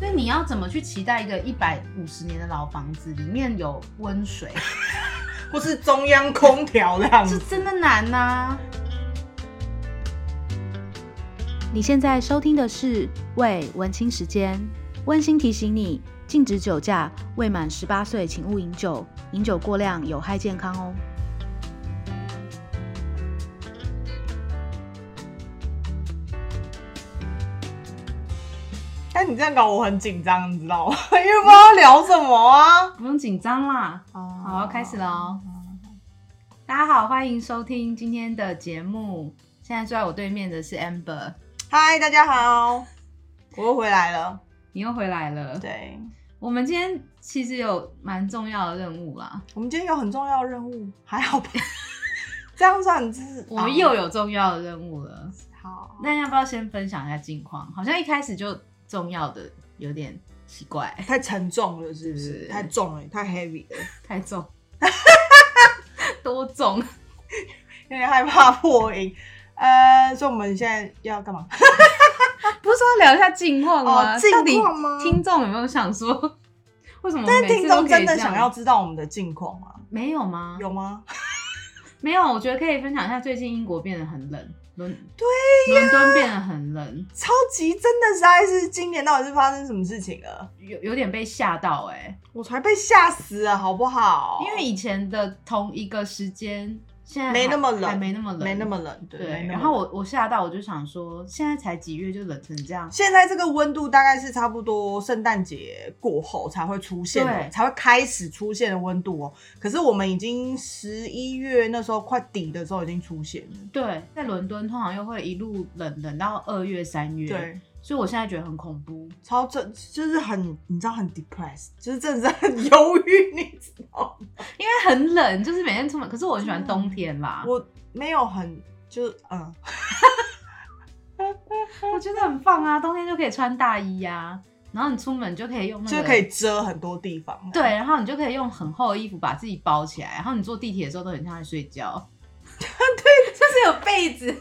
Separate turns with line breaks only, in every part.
所以你要怎么去期待一个一百五十年的老房子里面有温 水？
或是中央空调这样
这
子。
真的难呐、
你现在收听的是《为文青时间》，温馨提醒你，禁止酒驾，未满十八岁请勿饮酒，饮酒过量有害健康哦。
但哎你这样搞我很紧张，你知道吗？ 因为不知道聊什么啊。
不用紧张啦。好，要开始了哦。大家好，欢迎收听今天的节目。现在坐在我对面的是 Amber，
嗨，大家好，我又回来了。
你又回来了。
对，
我们今天其实有蛮重要的任务啦，
我们今天有很重要的任务，还 好吧？这样算是
我们又有重要的任务了。
好。
那要不要先分享一下近况？好像一开始就重要的有点奇怪，
太沉重了，是不是？
是
太重了，太 heavy 了，
太 重，多重？
有点害怕破音。呃，所以我们现在要干嘛？
不是要聊一下近况吗？
哦近况吗
到底听众有没有想说， 为什么
但是
每
听
次都可
众
以
真的
这样
想要知道我们的近况吗？
没有吗？
有吗？
没有？我觉得可以分享一下，最近英国变得很冷，伦对、伦敦变得很冷，
超级真的实在是，今年到底是发生什么事情了？
有有点被吓到哎、
我才被吓死了，好不好？
因为以前的同一个时间，现在还
没那么
还
冷，
没那么冷，
没那么冷，对。没
对，
那么
然后
冷
我我吓到，我就想说，现在才几月就冷成这样，
现在这个温度大概是差不多圣诞节过后才会出现的，
对
才会开始出现的温度哦。可是我们已经十一月那时候快底的时候已经出现了，
对，在伦敦通常又会一路冷冷到二月三月，，
对，
所以我现在觉得很恐怖。
超正就是很你知道很 depressed，就是真的是很 忧郁，你知道吗？
因为很冷，就是每天出门，可是我很喜欢冬天啦，我
嗯我没有很就是嗯，
我觉得很棒啊，冬天就可以穿大衣呀、然后你出门就可以用那
就
个，
可以遮很多地方。
对，，然后你就可以用很厚的衣服把自己包起来，然后你坐地铁的时候都很像在睡 觉，对，就是有被子，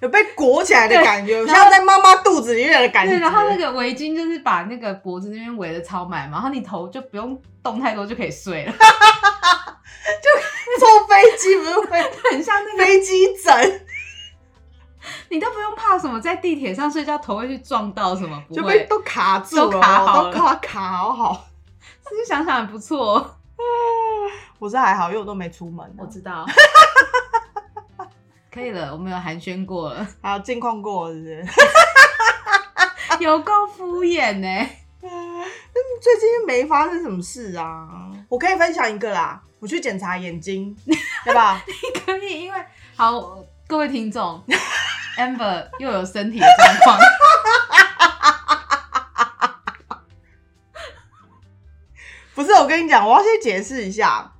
有被裹起来的
对
感觉，有
然后
像在妈妈肚子里面的感觉。
对，然后那个围巾就是把那个脖子那边围的超满嘛，然后你头就不用动太多就可以睡 了，
坐飞机不是会
很像那个
飞机枕
你都不用怕什么在地铁上睡觉头会去撞到什么，不
就
会
被，都卡住了，
都卡好了
都卡卡好好。
其实想想也不错，哦
我是还好，因为我都没出门啊。
我知道。 可以了，我们有寒暄过了，
还有近况过，是不 是？
有够敷衍呢、
最近没发生什么事啊。我可以分享一个啦，我去检查眼睛， 对吧？
可以，因为好，我各位听 众，Amber 又有身体的状况，
不是，我跟你讲，我要先解释一下，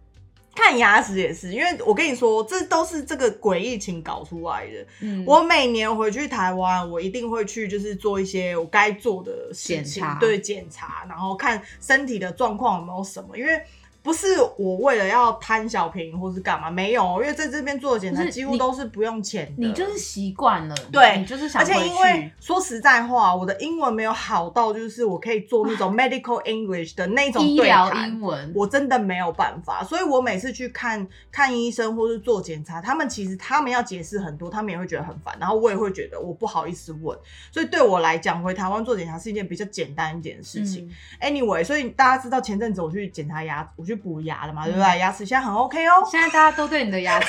看牙齿也是，因为我跟你说，这都是这个鬼疫情搞出来的。
嗯，
我每年回去台湾，我一定会去，就是做一些我该做的事
检
情
查
对检查，然后看身体的状况有没有什么，因为。不是我为了要贪小便宜或是干嘛，没有，因为在这边做的检查
不是
几乎
你
都是不用钱的。
你就是习惯了，
对
你就是想
而
回去，
且因为说实在话，我的英文没有好到就是我可以做那 种 medical English 的那种
医
对
疗
谈
英，文，
我真的没有办法，所以我每次去看看医生或是做检查，他们其实他们要解释很多，他们也会觉得很烦，然后我也会觉得我不好意思问，所以对我来讲，回台湾做检查是一件比较简单一点的事情。
嗯
anyway，所以大家知道前阵子我去检查牙，我去补牙了嘛，对不
嗯
对？牙齿现在很 OK 哦，
现在大家都对你的 牙齿，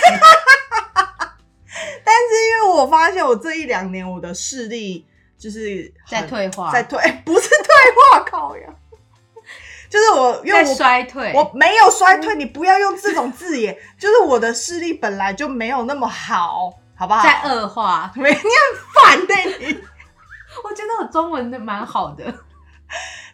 但是因为我发现我这一两年我的视力就是很
在退化
在退，不是退化，靠呀，就是我因为
在
我
衰退，
我没有衰退，你不要用这种 字眼。就是我的视力本来就没有那么好，好不好？
在恶化，
没你很烦的、你。
我觉得我中文的蛮好的，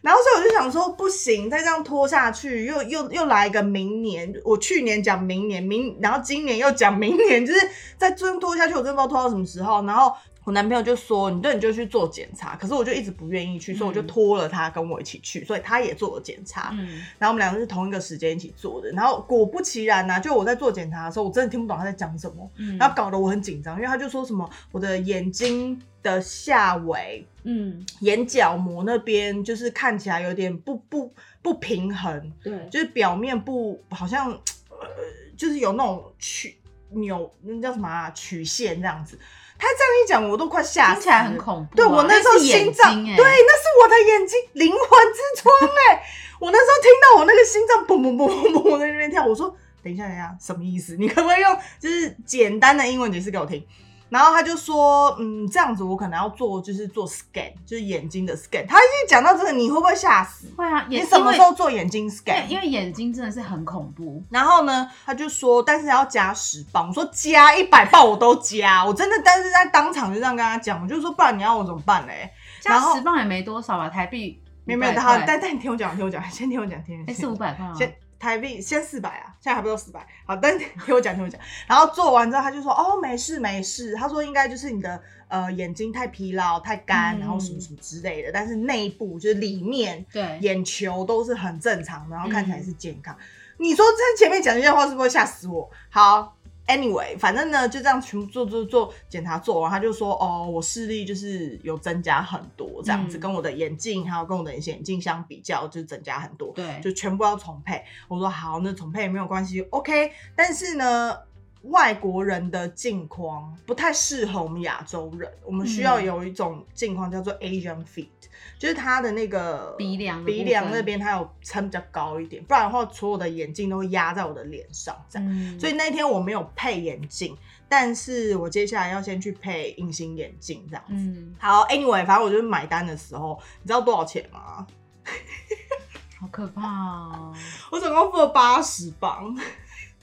然后所以我就想说，不行，再这样拖下去，又又又来一个明年。我去年讲明年，明然后今年又讲明年，就是再这样拖下去，我真的不知道拖到什么时候。然后。我男朋友就说你对你就去做检查，可是我就一直不愿意去，所以我就
嗯
拖了他跟我一起去，所以他也做了检查。
嗯，
然后我们两个是同一个时间一起做的，然后果不其然呐、就我在做检查的时候，我真的听不懂他在讲什么，
嗯
然后搞得我很紧张，因为他就说什么我的眼睛的下围、
嗯，
眼角膜那边就是看起来有点不不不平衡，
对，
就是表面不好像，呃，就是有那种曲扭，那叫什么啊？曲线这样子。他这样一讲，我都快吓死了，
听起来很恐怖啊。
对我那时候
是眼
心脏，
睛欸
对，啊那是我的眼睛灵魂之窗哎、我那时候听到我那个心脏砰砰砰砰砰在那边跳，我说等一下等一下，什么意思？你可不可以用就是简单的英文解释给我听？然后他就说，嗯，这样子我可能要做就是做 scan，就是眼睛的 scan。他一讲到这个，你会不会吓死？
会啊，
你
眼
什么时？
因
候
为
做眼睛
因
scan？
为因为眼睛真的是很恐怖，
然后呢，他就说，但是要加十磅。我说加一百磅我都加，我真的，但是在当场就这样跟他讲，我就说，不然你要我怎么办嘞？
加
然后
十磅也没多少吧，台币
没有没有，
他
好，但但你听我讲，听我讲， 先听我讲，听我
哎
讲，
四五百块吗？
先台币先四百啊，现在还不到四百。好，但是听我讲，听我讲。然后做完之后，他就说哦，没事没事，他说应该就是你的呃眼睛太疲劳、太干，
嗯
然后什么什么之类的，但是内部就是里面
对，
眼球都是很正常，然后看起来是健康。你说在前面讲这些话是不是会吓死我？好。Anyway，反正呢，就这样全部做做做检查做完，他就说哦，我视力就是有增加很多，这样子、
嗯
跟我的眼镜还有跟我的隐形眼镜相比较，就是增加很多。
对，
就全部要重配。我说好，那重配也没有关系，OK。但是呢，外国人的镜框不太适合我们亚洲人，我们需要
嗯
有一种镜框叫做 Asian feet，、就是它的那个
鼻梁的
鼻
部
梁
分
那边它有撑比较高一点，不然的话，所有的眼镜都会压在我的脸上这样。
嗯
所以那天我没有配眼镜，但是我接下来要先去配隐形眼镜这样子。
嗯，
好，Anyway，反正我就是买单的时候，你知道多少钱吗？
好可怕哦。
我总共付了八十磅，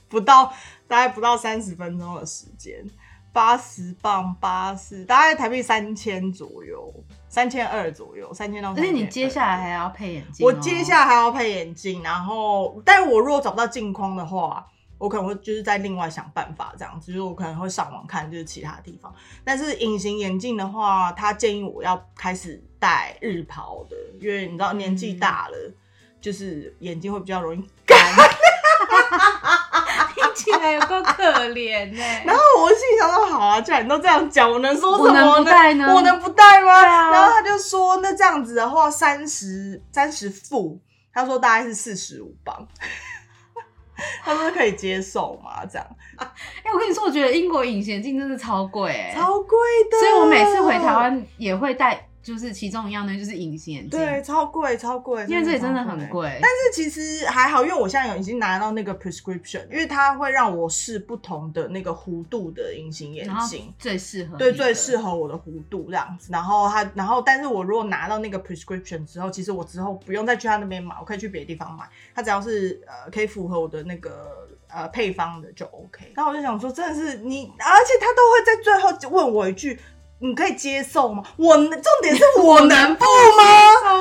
不到大概不到三十分钟的时间，八十磅八十，大概台币三千左右，三千二左右，三千到3200。
而且你接下来还要配眼镜哦，
我接下来还要配眼镜，然后，但我如果找不到镜框的话，我可能会就是再另外想办法这样子，就是我可能会上网看就是其他地方。但是隐形眼镜的话，他建议我要开始戴日抛的，因为你知道年纪大
嗯
了，就是眼睛会比较容易干。
听起来有够可怜欸呢。
然后我心里想说，好啊，既然你都这样讲，我能说
我
什
能
么
不戴呢
我能不戴吗？
对啊
然后他就说，那这样子的话，三十三十副，他说大概是四十五磅。 他说可以接受吗？这样
哎，我跟你说，我觉得英国隐形眼镜真的超贵哎，
超贵啊的，
所以我每次回台湾也会戴，就是其中一样东西就是隐形眼镜，
对，超贵，超贵，
因为这里真的
超
很贵。
但是其实还好，因为我现在有已经拿到那个 prescription，因为它会让我试不同的那个弧度的隐形眼
然后
镜。
最适合
对，
你
最
的
适合我的弧度这样子。然后他，然后但是我如果拿到那个 prescription 之后，其实我之后不用再去他那边买，我可以去别的地方买。他只要是呃可以符合我的那个呃配方的就 OK。然后我就想说，真的是你，而且他都会在最后问我一句。你可以接受吗？我能重点是我能不吗？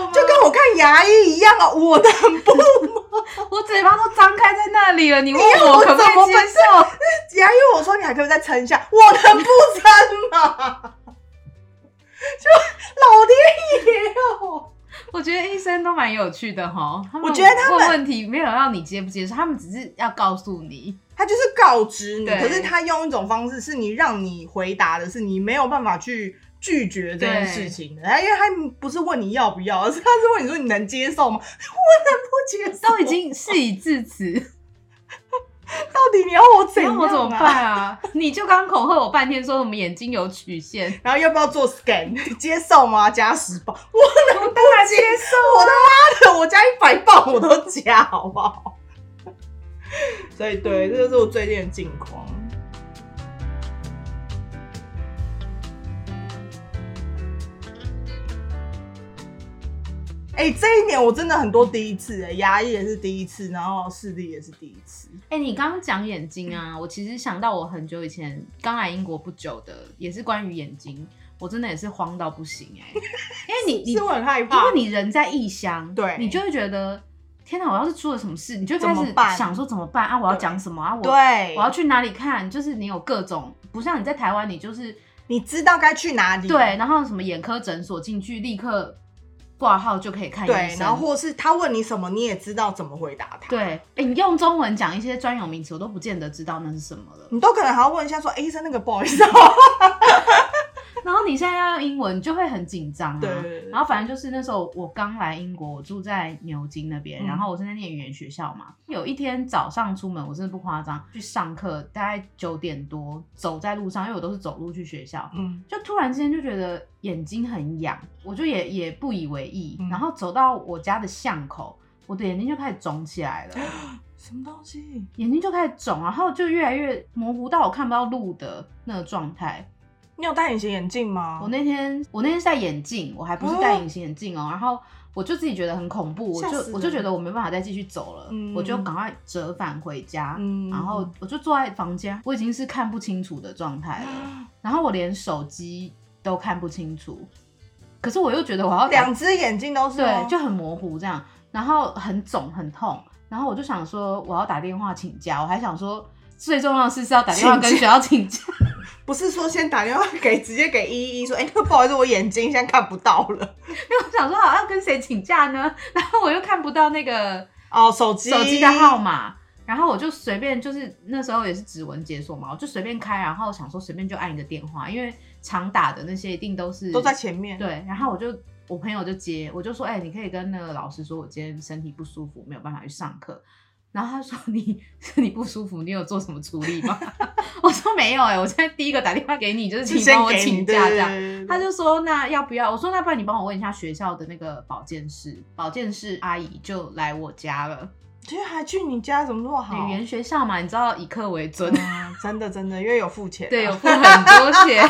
吗
就跟我看牙医一样啊，我能不 吗？
我嘴巴都张开在那里了，你问我可不
哎怎么
可以接
办
受？
牙医我说你还可以再撑一下，我能不撑吗？ 就老天爷哦！
我觉得医生都蛮有趣的哈，他们
我觉得他们
问问题没有让你接不接受，他们只是要告诉你，
他就是告知你，
对
可是他用一种方式是你让你回答的是你没有办法去拒绝这件事情的，哎他因为他不是问你要不要，而是他是问你说你能接受吗？ 我能不接受，
都已经事已至此，
到底你要我怎
然
样、啊？
后我怎么？办啊？你就刚恐吓我半天，说我们眼睛有曲线，
然后要不要做 scan 接受吗？加十磅，我
我当然
接受，我他妈的，我加一百磅我都加，好不好？所以对，这就是我最近的境况。哎、这一年我真的很多第一次、哎，牙医也是第一次，然后视力也是第一次。
哎、你刚刚讲眼睛啊，我其实想到我很久以前刚来英国不久的，也是关于眼睛，我真的也是慌到不行 哎、因为你你
是我很害
因
怕
为，你人在异乡，
对
你就会觉得天哪，我要是出了什么事，你就
怎
开
么
始
办
想说怎么办啊？我要讲什么啊？我
对，
我要去哪里看？就是你有各种，不像你在台湾，你就是
你知道该去哪里，
对，然后什么眼科诊所进去立刻挂号就可以看医
对
生，，
然后或是他问你什么，你也知道怎么回答他。
对，哎、你用中文讲一些专有名词，我都不见得知道那是什么了。
你都可能还要问一下说，哎、医生那个不好意思哦、
然后你现在要用英文，你就会很紧张啊。
对对对对
然后反正就是那时候我刚来英国，我住在牛津那边，
嗯
然后我是在念语言学校嘛。有一天早上出门，我真的不夸张，去上课大概九点多，走在路上，因为我都是走路去学校，
嗯，
就突然之间就觉得眼睛很痒，我就也也不以为意。
嗯
然后走到我家的巷口，我的眼睛就开始肿起来了。
什么东西？
眼睛就开始肿，然后就越来越模糊到我看不到路的那个状态。
你有戴隐形眼镜吗？
我那天我那天是戴眼镜，我还不是戴隐形眼镜哦、然后我就自己觉得很恐怖，我
吓
就
死
我就
人
觉得我没办法再继续走了，
嗯
我就赶快折返回家。
嗯
然后我就坐在房间，我已经是看不清楚的状态了，
嗯
然后我连手机都看不清楚，可是我又觉得我要打
两只眼睛都是哦、
对，就很模糊这样，然后很肿很痛，然后我就想说我要打电话请假，我还想说最重要的是是要打电话跟
请
学校请假，
不是说先打电话给直接给一一说，哎、那个不好意思，我眼睛现在看不到了。
因为我想说好要跟谁请假呢， 然后我又看不到那个
哦，手机
手机的号码。然后我就随便，就是那时候也是指纹解锁嘛，我就随便开，然后想说随便就按一个电话，因为常打的那些一定都是
都在前面。
对，然后我就我朋友就接，我就说，哎、你可以跟那个老师说，我今天身体不舒服，没有办法去上课。然后他说 你身体不舒服，你有做什么处理吗？ 我说没有哎、我现在第一个打电话给你就是
就
请
先
帮我
给你
请假这样。
样
他就说那要不要？我说那不然你帮我问一下学校的那个保健室，保健室阿姨就来我家了。
其实还去你家，怎么那么好？
语言学校嘛，你知道以课为尊，
哦嗯 真的真的，因为有付钱、啊
对，有，付很多钱。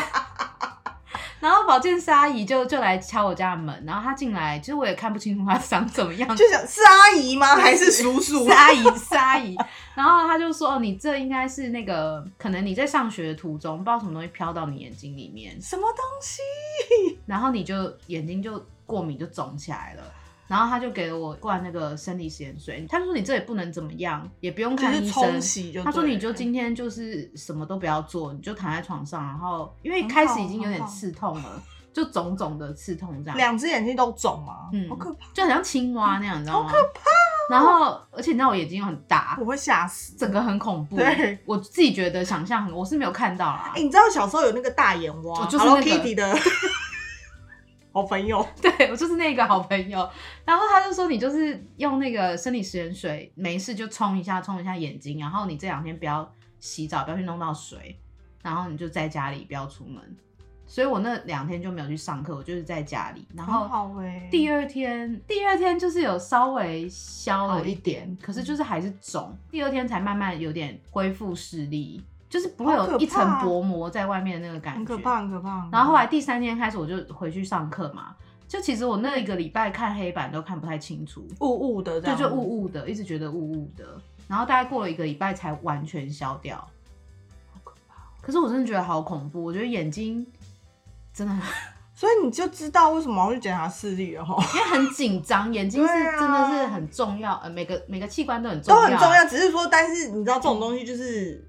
然后保健师阿姨就就来敲我家的门，然后她进来，其实我也看不清楚她长怎么样，
就想是阿姨吗？还是叔叔？
是阿姨，是阿姨。然后她就说：“哦，你这应该是那个，可能你在上学的途中，不知道什么东西飘到你眼睛里面，
什么东西？
然后你就眼睛就过敏就肿起来了。”然后她就给了我灌那个生理食盐水，她就说你这也不能怎么样，也不用
就
看医
是
生，
冲洗就对了。
他说：“你就今天就是什么都不要做，你就躺在床上，然后因为开始已经有点刺痛了，就肿肿的刺痛这样，
两只眼睛都肿吗？
啊嗯
好可怕，
就很像青蛙那样，你知道
好
吗？
可怕，哦
然后而且你知道我眼睛又很大
我，会吓死。
整个很恐怖
对。
我自己觉得想象很，我是没有看到啦
哎、。你知道小时候有那个大眼蛙、
我哦就是
Hello
那个
Kitty 的 好朋友，
对我就是那个好朋友，然后他就说你就是用那个生理食盐水，没事就冲一下，冲一下眼睛，然后你这两天不要洗澡，不要去弄到水，然后你就在家里不要出门。所以我那两天就没有去上课，我就是在家里，然
很
后。
好哎、
欸第二天，第二天就是有稍微消了一
好一
点
点，
可是就是还是肿。第二天才慢慢有点恢复视力，就是不会
好可
有
怕啊
一层薄膜在外面的那个感觉，
很可怕，很可怕。
然后后来第三天开始我就回去上课嘛，就其实我那一个礼拜看黑板都看不太清楚，
雾雾的这
对，
样，
就雾雾的，一直觉得雾雾的，然后大概过了一个礼拜才完全消掉。
哦
可是我真的觉得好恐怖，我觉得眼睛真的很，
所以你就知道为什么我去检查视力了哈，
因为很紧张，眼睛是
对啊
真的是很重要，呃，每个每个器官都很重
都
要，啊
很重要。只是说，但是你知道这种东西就是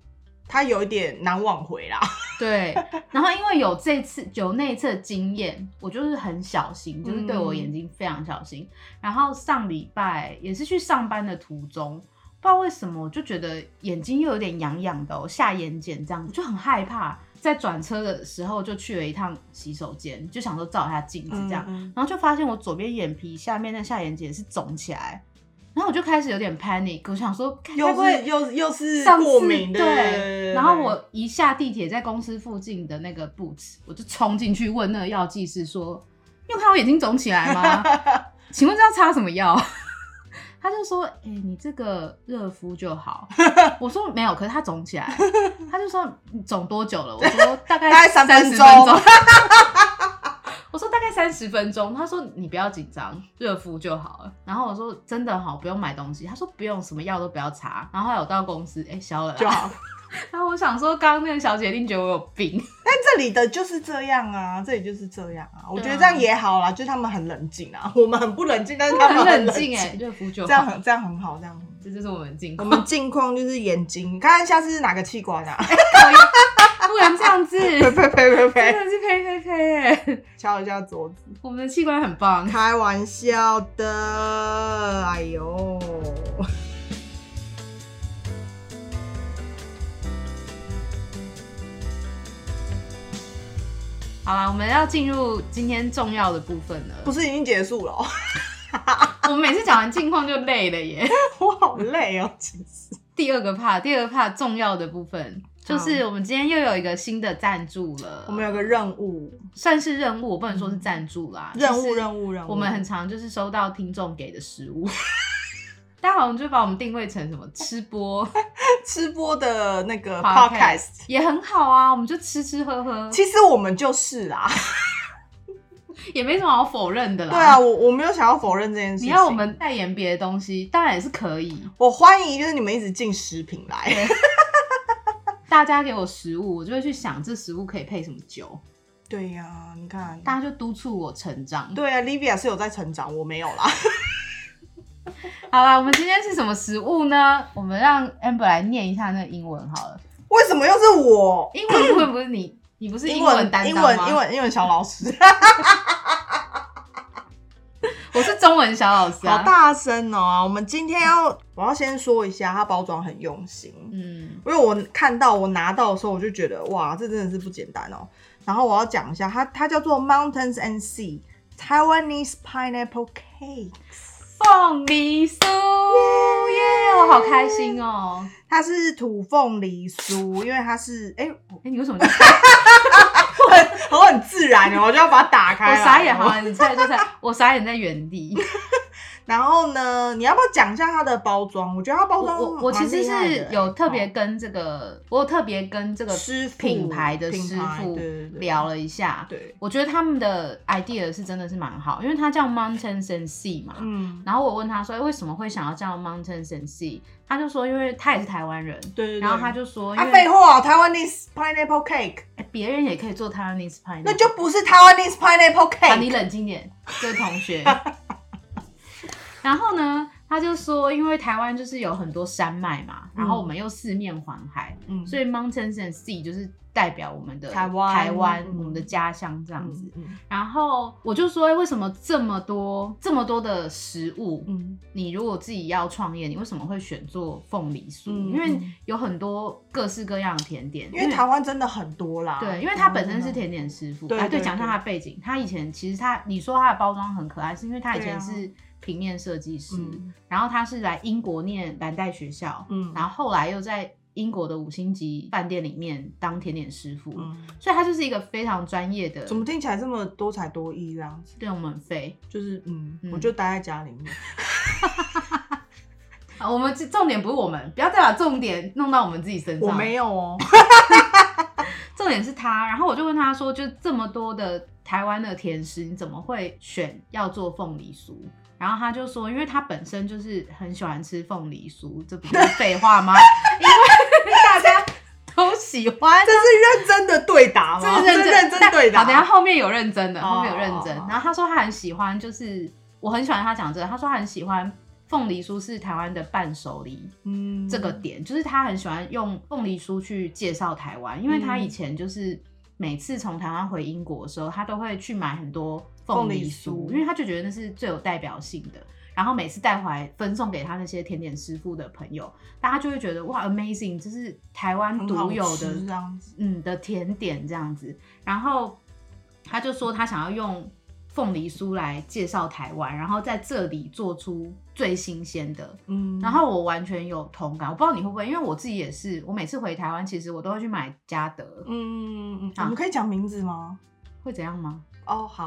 它有一点难挽回啦。
对，然后因为有这次有那一次的经验，我就是很小心，就是对我眼睛非常小心。然后上礼拜也是去上班的途中，不知道为什么我就觉得眼睛又有点痒痒的、哦，下眼睑这样，我就很害怕。在转车的时候就去了一趟洗手间，就想说照一下镜子这样，
嗯
然后就发现我左边眼皮下面那下眼睑是肿起来，然后我就开始有点 panic，我想说，看会不
又
会
是又是又是
上
过
次
敏的，
对，然后我一下地铁，在公司附近的那个 Boots，我就冲进去问那个药剂师说：“你有看我眼睛肿起来吗？ 请问这要擦什么药？” 他就说：“哎、你这个热敷就好。” 我说：“没有，可是它肿起来。”他就说：“你肿多久了？”我说：“大概
大概三分
30
钟
钟。”我说：“大概三十分钟。”他说：“你不要紧张，热敷就好了。”然后我说：“真的好，不用买东西。”他说：“不用，什么药都不要擦。”然后后来我到公司，哎、消了啦
就好。
然后我想说，刚刚那个小姐一定觉得我有病，
但这里的就是这样啊，这里就是这样啊。我觉
对
得
啊
这样也好啦，就是他们很冷静啊，我们很不冷静，但是他
很
们
冷
冷
静
静
哎、欸，热敷就
这样
好。
很这样很好，这样很好。
这就是我们近
我
况。
们镜框就是眼睛，你看下次是哪个器官啊？
不能这样 子，
呸
真
呸呸呸呸！
的是呸呸呸！
敲一下桌子，
我们的器官很棒。
开玩笑的。哎呦，
好啦，我们要进入今天重要的部 分了。
不是已经结束了哦？
我们每次讲完近况就累了耶。
我好累哦，其实。
第二个 part，第二个 part 重要的部分就是我们今天又有一个新的赞助了。
我们有个任务，
算是任务，我不能说是赞助啦，
嗯任务，
务。
任务，任务。
我们很常就是收到听众给的食物， 大家好像就把我们定位成什么吃播，
吃播的那 个
Podcast
podcast，
也很好啊，我们就吃吃喝喝，
其实我们就是啦。
啊也没什么好否认的啦。
对啊，，我我没有想要否认这件事
你
情。
要我们代言别的东西，当然也是可以。
我欢迎就是你们一直进食品来，
大家给我食物，我就会去想这食物可以配什么酒，
对呀、你看，
大家就督促我成长。
对啊，Livia 是有在成长，我没有啦。
好啦，我们今天是什么食物呢？我们让 Amber 来念一下那个英文好了。
为什么又是我？
英文部分不是你，你不是英文担
英
当吗？
文英文英文小老师，
我是中文小老师啊。
好大声哦！我们今天要，我要先说一下，它包装很用心，
嗯，
因为我看到我拿到的时候，我就觉得哇，这真的是不简单哦。然后我要讲一下，它它叫做 Mountains and Sea Taiwanese Pineapple Cake，
凤梨酥，耶！我好开心哦。
它是土凤梨酥，因为它是哎、
哎、你为什么在猜？
我很自然哦，我就要把它打开
啊我
来。
傻眼，好了，你猜就猜，我傻眼在原地。
然后呢，你要不要讲一下它的包装？我觉得它包
我
装
我我其实
哦蛮厉害
是
的
有特别跟这个，我有特别跟这个
师傅
品牌的师
品牌对
傅
对对
聊了一下。
对，
我觉得他们的 idea 是真的是蛮好，因为它叫 Mountains and Sea 嘛，
嗯，
然后我问他说，哎为什么会想要叫 Mountain s e n s e 他就说，因为他也是台湾人。
对对对。
然后他就说，哦因
啊，废
为
话，Taiwanese pineapple cake，
哎别人也可以做 Taiwanese pie，
那就不是 Taiwanese pineapple
啊，你
cake。
冷静点，这位同 学。然后呢，他就说，因为台湾就是有很多山脉嘛，然后我们又四面环海，
嗯
所以 Mountain s e n s e 就是代表我们的
台湾
台湾
嗯
我们的家乡这样子。
嗯嗯
然后我就说，哎为什么这么多这么多的食物，
嗯，
你如果自己要创业，你为什么会选做凤梨酥？
嗯
因为
嗯
有很多各式各样的甜点，
因为台湾真的很多啦。
对，因为他本身是甜点师傅。
对
啊，嗯
对
对，讲一下
对
他的背景。他以前其实他，你说他的包装很可爱，是因为他以
对啊
前是平面设计师，
嗯
然后他是来英国念蓝带学校，
嗯
然后后来又在英国的五星级饭店里面当甜点师傅，
嗯，
所以他就是一个非常专业的。
怎么听起来这么多才多艺这样子？
对我们很废？
就是嗯，
嗯
我就待在家里面。
啊，我们重点不是我们，不要再把重点弄到我们自己身上。
我没有哦，
重点是他，然后我就问他说，就这么多的台湾的甜食，你怎么会选要做凤梨酥？然后他就说，因为他本身就是很喜欢吃凤梨酥，这不是废话 吗？因为大家都喜欢
这。是认真的对答吗？
认
这
真，
认真
但
对答。
好，等一下后面有认真的，
哦
后面有认真
哦哦。
然后他说他很喜欢，就是我很喜欢他讲这个，他说他很喜欢凤梨酥是台湾的伴手礼，
嗯
这个点，就是他很喜欢用凤梨酥去介绍台湾，因为他
嗯
以前就是每次从台湾回英国的时候，他都会去买很多凤梨
凤梨
酥，
酥
因为他就觉得那是最有代表性的。然后每次带回来分送给他那些甜点师傅的朋友，大家就会觉得哇，amazing，这是台湾
很好
独有的
吃这啊样子。
嗯的甜点这样子。然后他就说他想要用凤梨酥来介绍台湾，然后在这里做出最新鲜的，
嗯，
然后我完全有同感，我不知道你会不会，因为我自己也是，我每次回台湾，其实我都会去买嘉德，
嗯，嗯嗯，我
啊
们可以讲名字吗？
会怎样吗？
哦，好，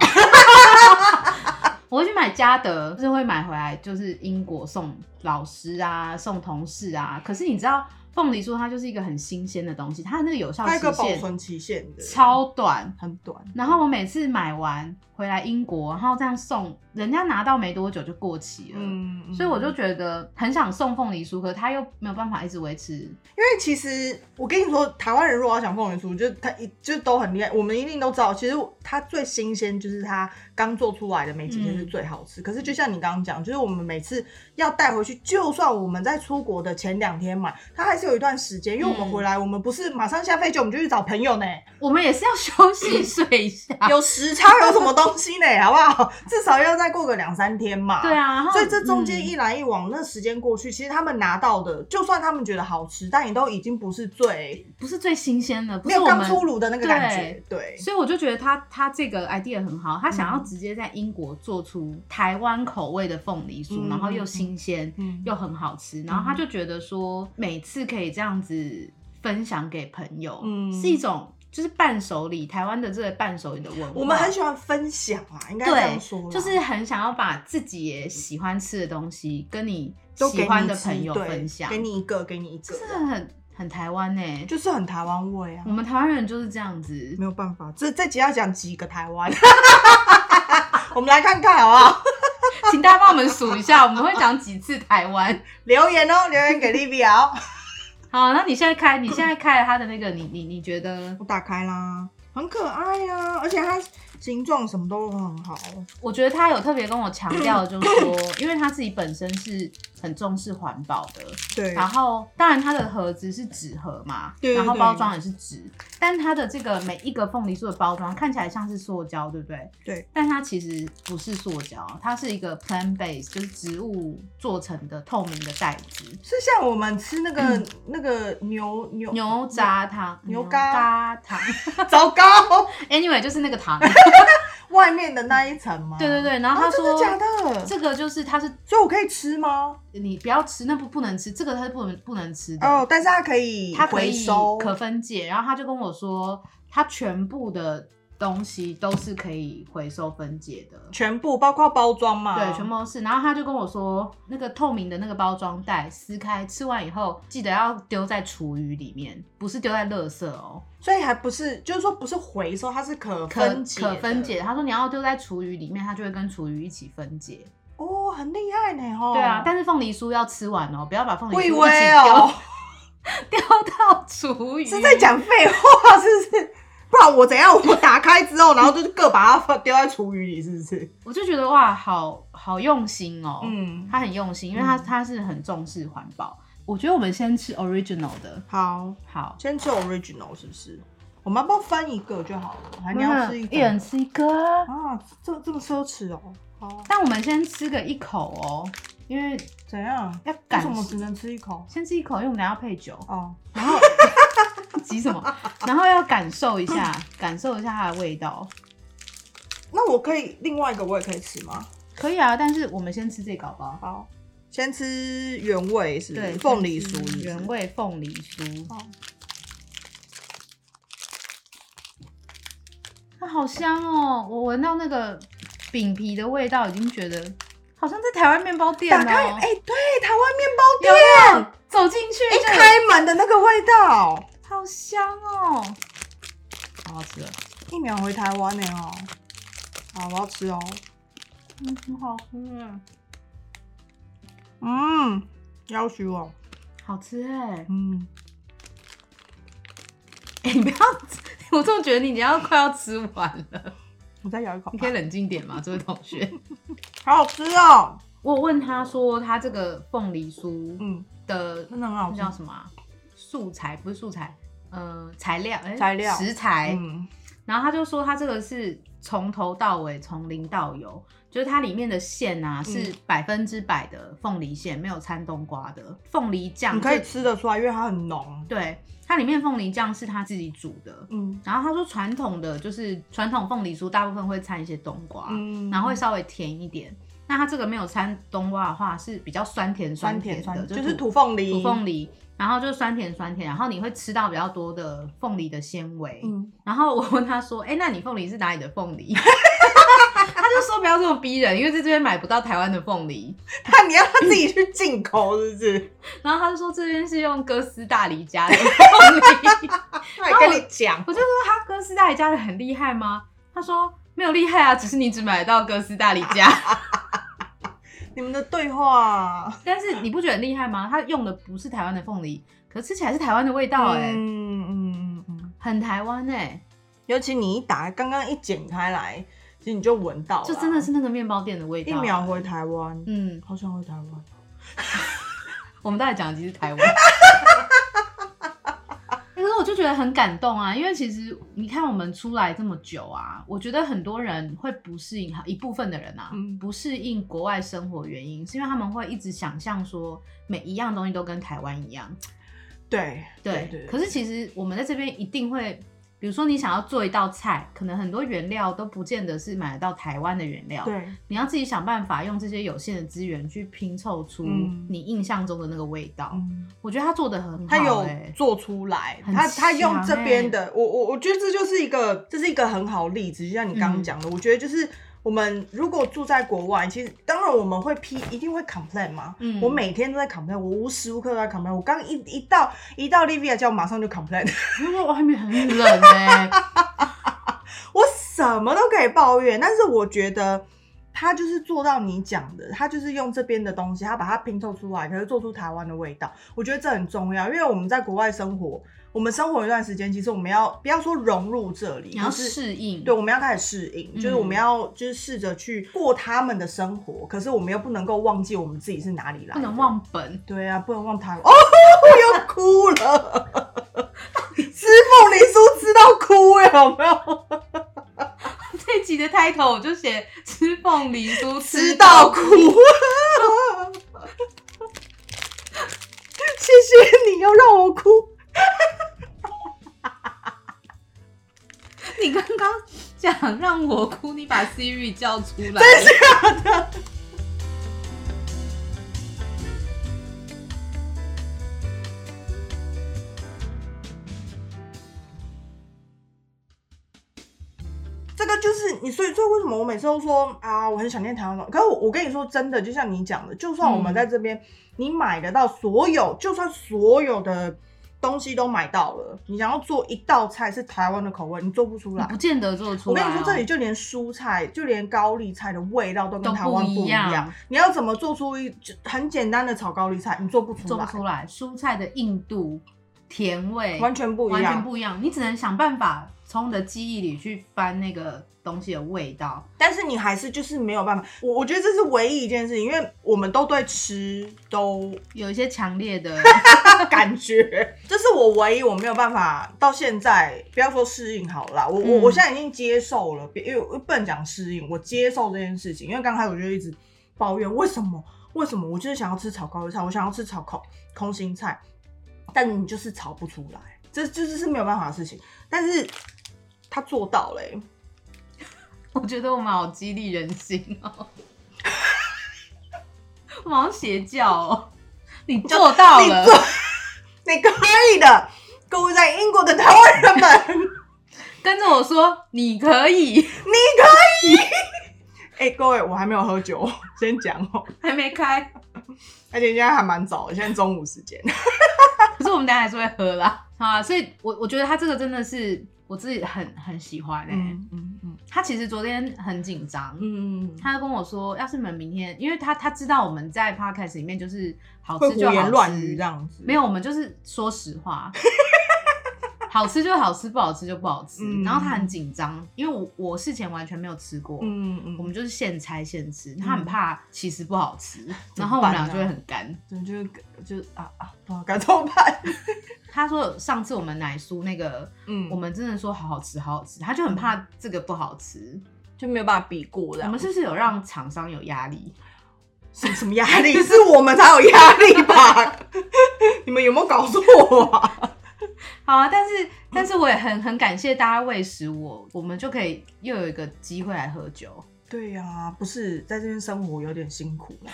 我会去买嘉德，就是会买回来，就是英国送老师啊，送同事啊。可是你知道，凤梨酥它就是一个很新鲜的东西，它的那个有效
它有一个
期
保
限
存期限的，
超短。
很短。
然后我每次买完回来英国，然后这样送，人家拿到没多久就过期了。
嗯
所以我就
嗯
觉得很想送凤梨酥，可它又没有办法一直维持。
因为其实我跟你说，台湾人如果要讲凤梨酥，就他一就都很厉害，我们一定都知道。其实它最新鲜就是它刚做出来的没几天
嗯
是最好吃。可是就像你刚刚讲，就是我们每次要带回去，就算我们在出国的前两天买，它还是有一段时间，因为我们
嗯
回来，我们不是马上下飞机，我们就去找朋友呢，
我们也是要 休息睡一下。
有时差有什么东西呢？好不好？至少要再过个两三天嘛。
对。啊，然后
所以这中间
嗯
一来一往，那时间过去，其实他们拿到的，就算他们觉得好吃，但也都已经不是最
不是最新鲜的，不
没
是
有
我
刚
们
出炉的那个感觉，对，
所以我就觉得他他这个 idea 很好，他想要
嗯
直接在英国做出台湾口味的凤梨酥，
嗯
然后又新鲜、
嗯
又很好吃，然后他就觉得说每次可以这样子分享给朋友，
嗯
是一种就是伴手礼，台湾的这个伴手礼的文化，
我们很喜欢分享啊，应该这样说啦，
对，就是很想要把自己也喜欢吃的东西跟你
都给
喜
你
欢的
吃
朋友
对
分享，
给你一个，给你一个
这，是嗯很很台湾呢、
就是很台湾味啊
我，们台湾人就是这样子
没，有办法，这这集要讲几个台湾， 我们来看看好不好？
请大家帮我们数一下，我们会讲几次台湾。
留言哦，留言给 Livia，哦
好，那你现在开，你现在开了它的那个，你你你觉得？
我打开啦，很可爱啊，而且它形状什么都很好，
我觉得他有特别跟我强调，就是说，因为他自己本身是很重视环保的，
对，
然后当然它的盒子是纸盒嘛，
对对
然后
对
包装也是纸，但它的这个每一个凤梨酥的包装看起来像是塑胶，对不对？
对，
但它其实不是塑胶，它是一个 plant base，就是植物做成的透明的袋子。
是像我们吃那个那个牛牛
嗯牛，轧糖、
牛
轧糖
糟糕，
，anyway 就是那个 糖。
外面的那一层吗？
对对对，然后
啊，
他
真
说、
的假的？
这个就是它是
所以我可以吃吗？
你不要吃，那不不能吃，这个它是不能不能吃的。
哦，但是它可以
它嗯可
回
以
收，
可分解。然后他就跟我说，他全部的东西都是可以回收分解的。
全部包括包装嘛？
对，全部都是。然后他就跟我说，那个透明的那个包装袋撕开，吃完以后记得要丢在厨余里面，不是丢在垃圾哦，
所以还不是，就是说不是回收，它是可
可
分解的
可分解。他说你要丢在厨余里面，它就会跟厨余一起分解。
哦，很厉害呢哦。
对啊，但是凤梨酥要吃完哦，不要把凤梨酥
我
一
以
起丢、
为哦
丢 到厨余。
是在讲废话，是不是？不然我怎样？我打开之后，然后就是各把它放丢在厨余里，是不是？
我就觉得哇，好好用心哦。
嗯，
他很用心，因为他
嗯
他是很重视环保。我觉得我们先吃哦 original 的，
好，
好，
先吃 original 是不是？我们要不要分一个就好了？还你要吃一
一人
个？
吃一个。
啊，这这么奢侈哦。好，
但我们先吃个一口哦，因为
怎样？
要
为
赶
什么只能吃一口？
先吃一口，因为我们等一下要配酒，
哦，
然后急什 么？然后要感受一下，感受一下它的味道。
那我可以另外一个我也可以吃吗？
可以啊，但是我们先吃这个好不好？
好，先吃原味是不是
对，
凤梨酥
先
是不
吃
是
原。味凤梨酥，
好
它好香哦！我闻到那个饼皮的味道，已经觉得好像在台湾面包店
打
哦。
开，哎、对，台湾面包
有
店
没有走进去
一
就有
开门的那个味道，
好香哦，好好吃了，
一秒回台湾呢哦。好，我要吃哦。
嗯，很好喝啊，
嗯，要许我。
好吃哎、欸，
嗯，
哎、你不要，我这么觉得你，你要快要吃完了，
我再咬一口吧
你。可以冷静点吗，这位同学？
好好吃哦。
我有问他说，他这个凤梨酥
嗯，
的
真的很好
那
吃。
叫什么啊、素材不是素材，呃，材料，哎
材料
食材，
嗯，
然后他就说他这个是从头到尾，从零到有，就是它里面的馅啊
嗯
是百分之百的凤梨馅，没有掺冬瓜的凤梨酱。
你可以
这
吃得出来，因为它很浓。
对，它里面凤梨酱是他自己煮的。
嗯
然后他说传统的就是传统凤梨酥大部分会掺一些冬瓜，啊
嗯
然后会稍微甜一点。那它这个没有掺冬瓜的话是比较酸甜
酸
甜
甜
的，
酸，就
就是是
土凤梨。
土凤。梨，然后就是酸甜酸甜，然后你会吃到比较多的凤梨的纤维。
嗯，
然后我问他说：“哎、那你凤梨是哪里的凤梨？”他就就说不要这么逼人，因为在这边买不到台湾的凤梨。
他你要他自己去进口是不 是？
然后他就说这边是用哥斯达黎加的凤梨，
他还跟你讲
我，就说他哥斯达黎加的很厉害吗？他说没有厉害啊，只是你只买得到哥斯达黎加。
你们的对话，
但是你不觉得很厉害吗？他用的不是台湾的凤梨，可吃起来是台湾的味道、哎、
嗯嗯嗯嗯，
很台湾哎、
尤其你一打刚刚一剪开来，其实你就闻到了，啊
就真的是那个面包店的味道。
一秒回台湾，
嗯，
好想回台湾。
我们到底讲的其实 台湾。哎可是我就觉得很感动啊，因为其实你看我们出来这么久啊，我觉得很多人会不适应，一部分的人啊，
嗯
不适应国外生活，原因是因为他们会一直想象说每一样东西都跟台湾一样，
对
对。
对，
可是其实我们在这边一定会，比如说你想要做一道菜，可能很多原料都不见得是买得到台湾的原料，
对
你要自己想办法用这些有限的资源去拼凑出
嗯
你印象中的那个味道。
嗯
我觉得他做的很好、
他有
欸
做出来，
很
他他用
强
这边
欸
的，我我我觉得这就是一个，这是一个很好的例子，就像你刚刚
嗯
讲的，我觉得就是我们如果住在国外，其实当然我们会批，一定会 complain 嘛。
嗯
我每天都在 complain，我无时无刻都在 complain。我刚一一到一到 Livia 家，我马上就 complain，
因为外面很冷哎、
我什么都可以抱怨，但是我觉得。他就是做到你讲的，他就是用这边的东西，他把它拼凑出来，可是做出台湾的味道。我觉得这很重要，因为我们在国外生活，我们生活一段时间，其实我们要不要说融入这里，
你要
就是
适应。
对，我们要开始适应，就是我们
嗯
要就是试着去过他们的生活，可是我们又不能够忘记我们自己是哪里来，
不能。忘本。
对啊，不能忘他。哦，我又哭了， 吃凤梨酥吃到哭哎、有没有？
这一集的 title 我就写吃凤梨酥
吃到 哭。谢谢你又让我哭，
你刚刚讲让我哭，你把 Siri 叫出来，真是
这个就是你，所以所以为什么我每次都说啊，我很想念台湾的可是我我跟你说真的，就像你讲的，就算我们
嗯
在这边，你买得到所有，就算所有的东西都买到了，你想要做一道菜是台湾的口味，你做不出来啊
不。见得做得
我
出来、哦。
跟你说，这里就连蔬菜，就连高丽菜的味道都跟
都
台湾
不
不
一
一
样
样。你要怎么做出一就很简单的炒高丽菜，你做不出来，
做不出来，蔬菜的硬度、甜味
完全不一
完全
样。
不一样，你只能想办法从你的记忆里去翻那个东西的味道。
但是你还是就是没有办法。我我觉得这是唯一一件事情，因为我们都对吃都
有一些强烈的，
感觉， 这是我唯一我没有办法到现在，不要说适应好了啦，我我、
嗯
我现在已经接受了，别因为我不能讲适应，我接受这件事情，因为刚开始我就一直抱怨为什么为什么我就是想要吃炒高丽菜，我想要吃炒空空心菜，但你就是炒不出来，这就是是没有办法的事情，但是他做到了欸、
我觉得我们好激励人心哦， 我们好像邪教哦，你做到
你
了
做，你可以的，各位在英国的台湾人们。
跟着我说你可以，
哎、各位，我还没有喝酒，先讲哦、
还没开，
而且现在还蛮早的，现在中午时间。
可是我们等一下还是会喝啦，好啊，所以我我觉得他这个真的是我自己很很喜欢哎、
嗯嗯
他其实昨天很紧张，
嗯，
他跟我说，要是你们明天，因为他他知道我们在 podcast 里面就是好
会
吃
胡
就好
言
吃，
乱语这样子，
没有，我们就是说实 话，好吃就好吃，不好吃就不好吃。
嗯
然后他很紧张，因为我我事前完全没有吃过，
嗯，嗯
我
嗯，
们就是现拆现吃，他很怕其实不好吃，然
怎么办啊
后我们俩就会很干。
对，就是就是啊啊，不知道该怎么 办。
他说上次我们奶酥那个，
嗯
我们真的说好好吃，好好吃，他就很怕这个不好吃。
就没有办法比过这
我们是不是有让厂商有压力？
什么什么压力？ 是我们才有压力吧？ 你们有没有搞错啊？
好啊，但是但是我也很很感谢大家喂食我，我们就可以又有一个机会来喝酒。
对呀、不是在这边生活有点辛苦啦。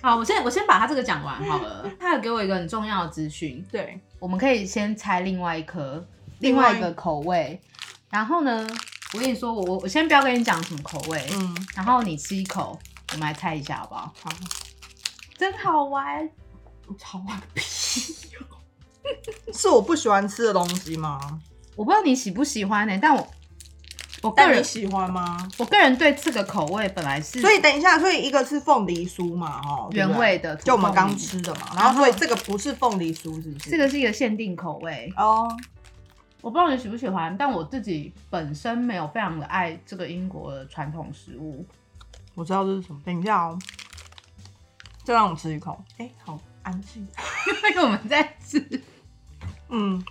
好，我先我先把他这个讲完好了。他有给我一个很重要的资讯，
对，
我们可以先猜另外一颗，
另
另
外
外一个口味。然后呢，我跟你说，我我我先不要跟你讲什么口味，
嗯，
然后你吃一口，我们来猜一下好不好？
好，
真好玩，
好玩屁哦、 是我不喜欢吃的东西吗？
我不知道你喜不喜欢呢、但我我个
但你
人
喜欢吗？
我个人对这个口味本来是
所以等一下，所以一个是凤梨酥嘛，哦，对不对
原味的
就我们
土凤梨
刚吃的嘛。然后所以这个不是凤梨酥，是不是？
这个是一个限定口味，
哦，
我不知道你喜不喜欢，但我自己本身没有非常的爱这个英国的传统食物。
我知道这是什么。等一下哦，再让我吃一口。哎、好安静。
因为我们在吃，
嗯，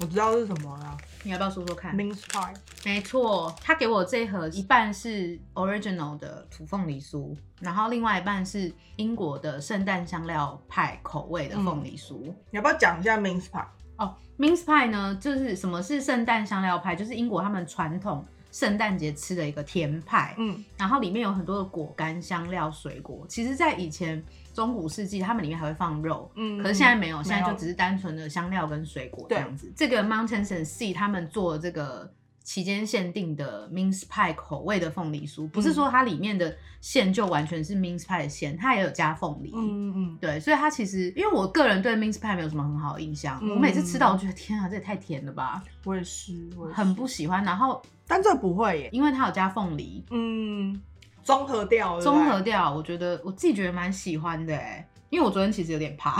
我知道是什么了
你要不要说说看？
，mince pie。
没错，他给我这一盒一半是 original 的土凤梨酥，然后另外一半是英国的圣诞香料派口味的凤梨酥。
你要不要讲一下 mince pie？
哦，mince pie 呢，就是什么是圣诞香料派？就是英国他们传统圣诞节吃的一个甜派。
嗯
然后里面有很多的果干、香料、水果。其实，在以前中古世纪，他们里面还会放肉，
嗯
可是现在没有，
嗯
现在
没
就
有
只是单纯的香料跟水果这
对
样子。这个 Mountains and Sea 他们做的这个期间限定的 mince pie 口味的凤梨酥，
嗯
不是说它里面的馅就完全是 mince pie 的馅，它也有加凤梨。
嗯嗯
对，所以它其实，因为我个人对 mince pie 没有什么很好的印象，
嗯
我每次吃到我觉得天啊，这也太甜了吧，
嗯，我也是，我也是
很不，喜欢。然后
但这不会耶。
因为它有加凤梨，
嗯，综合掉了，
综合掉，我觉得我自己觉得蛮喜欢的哎，因为我昨天其实有点怕，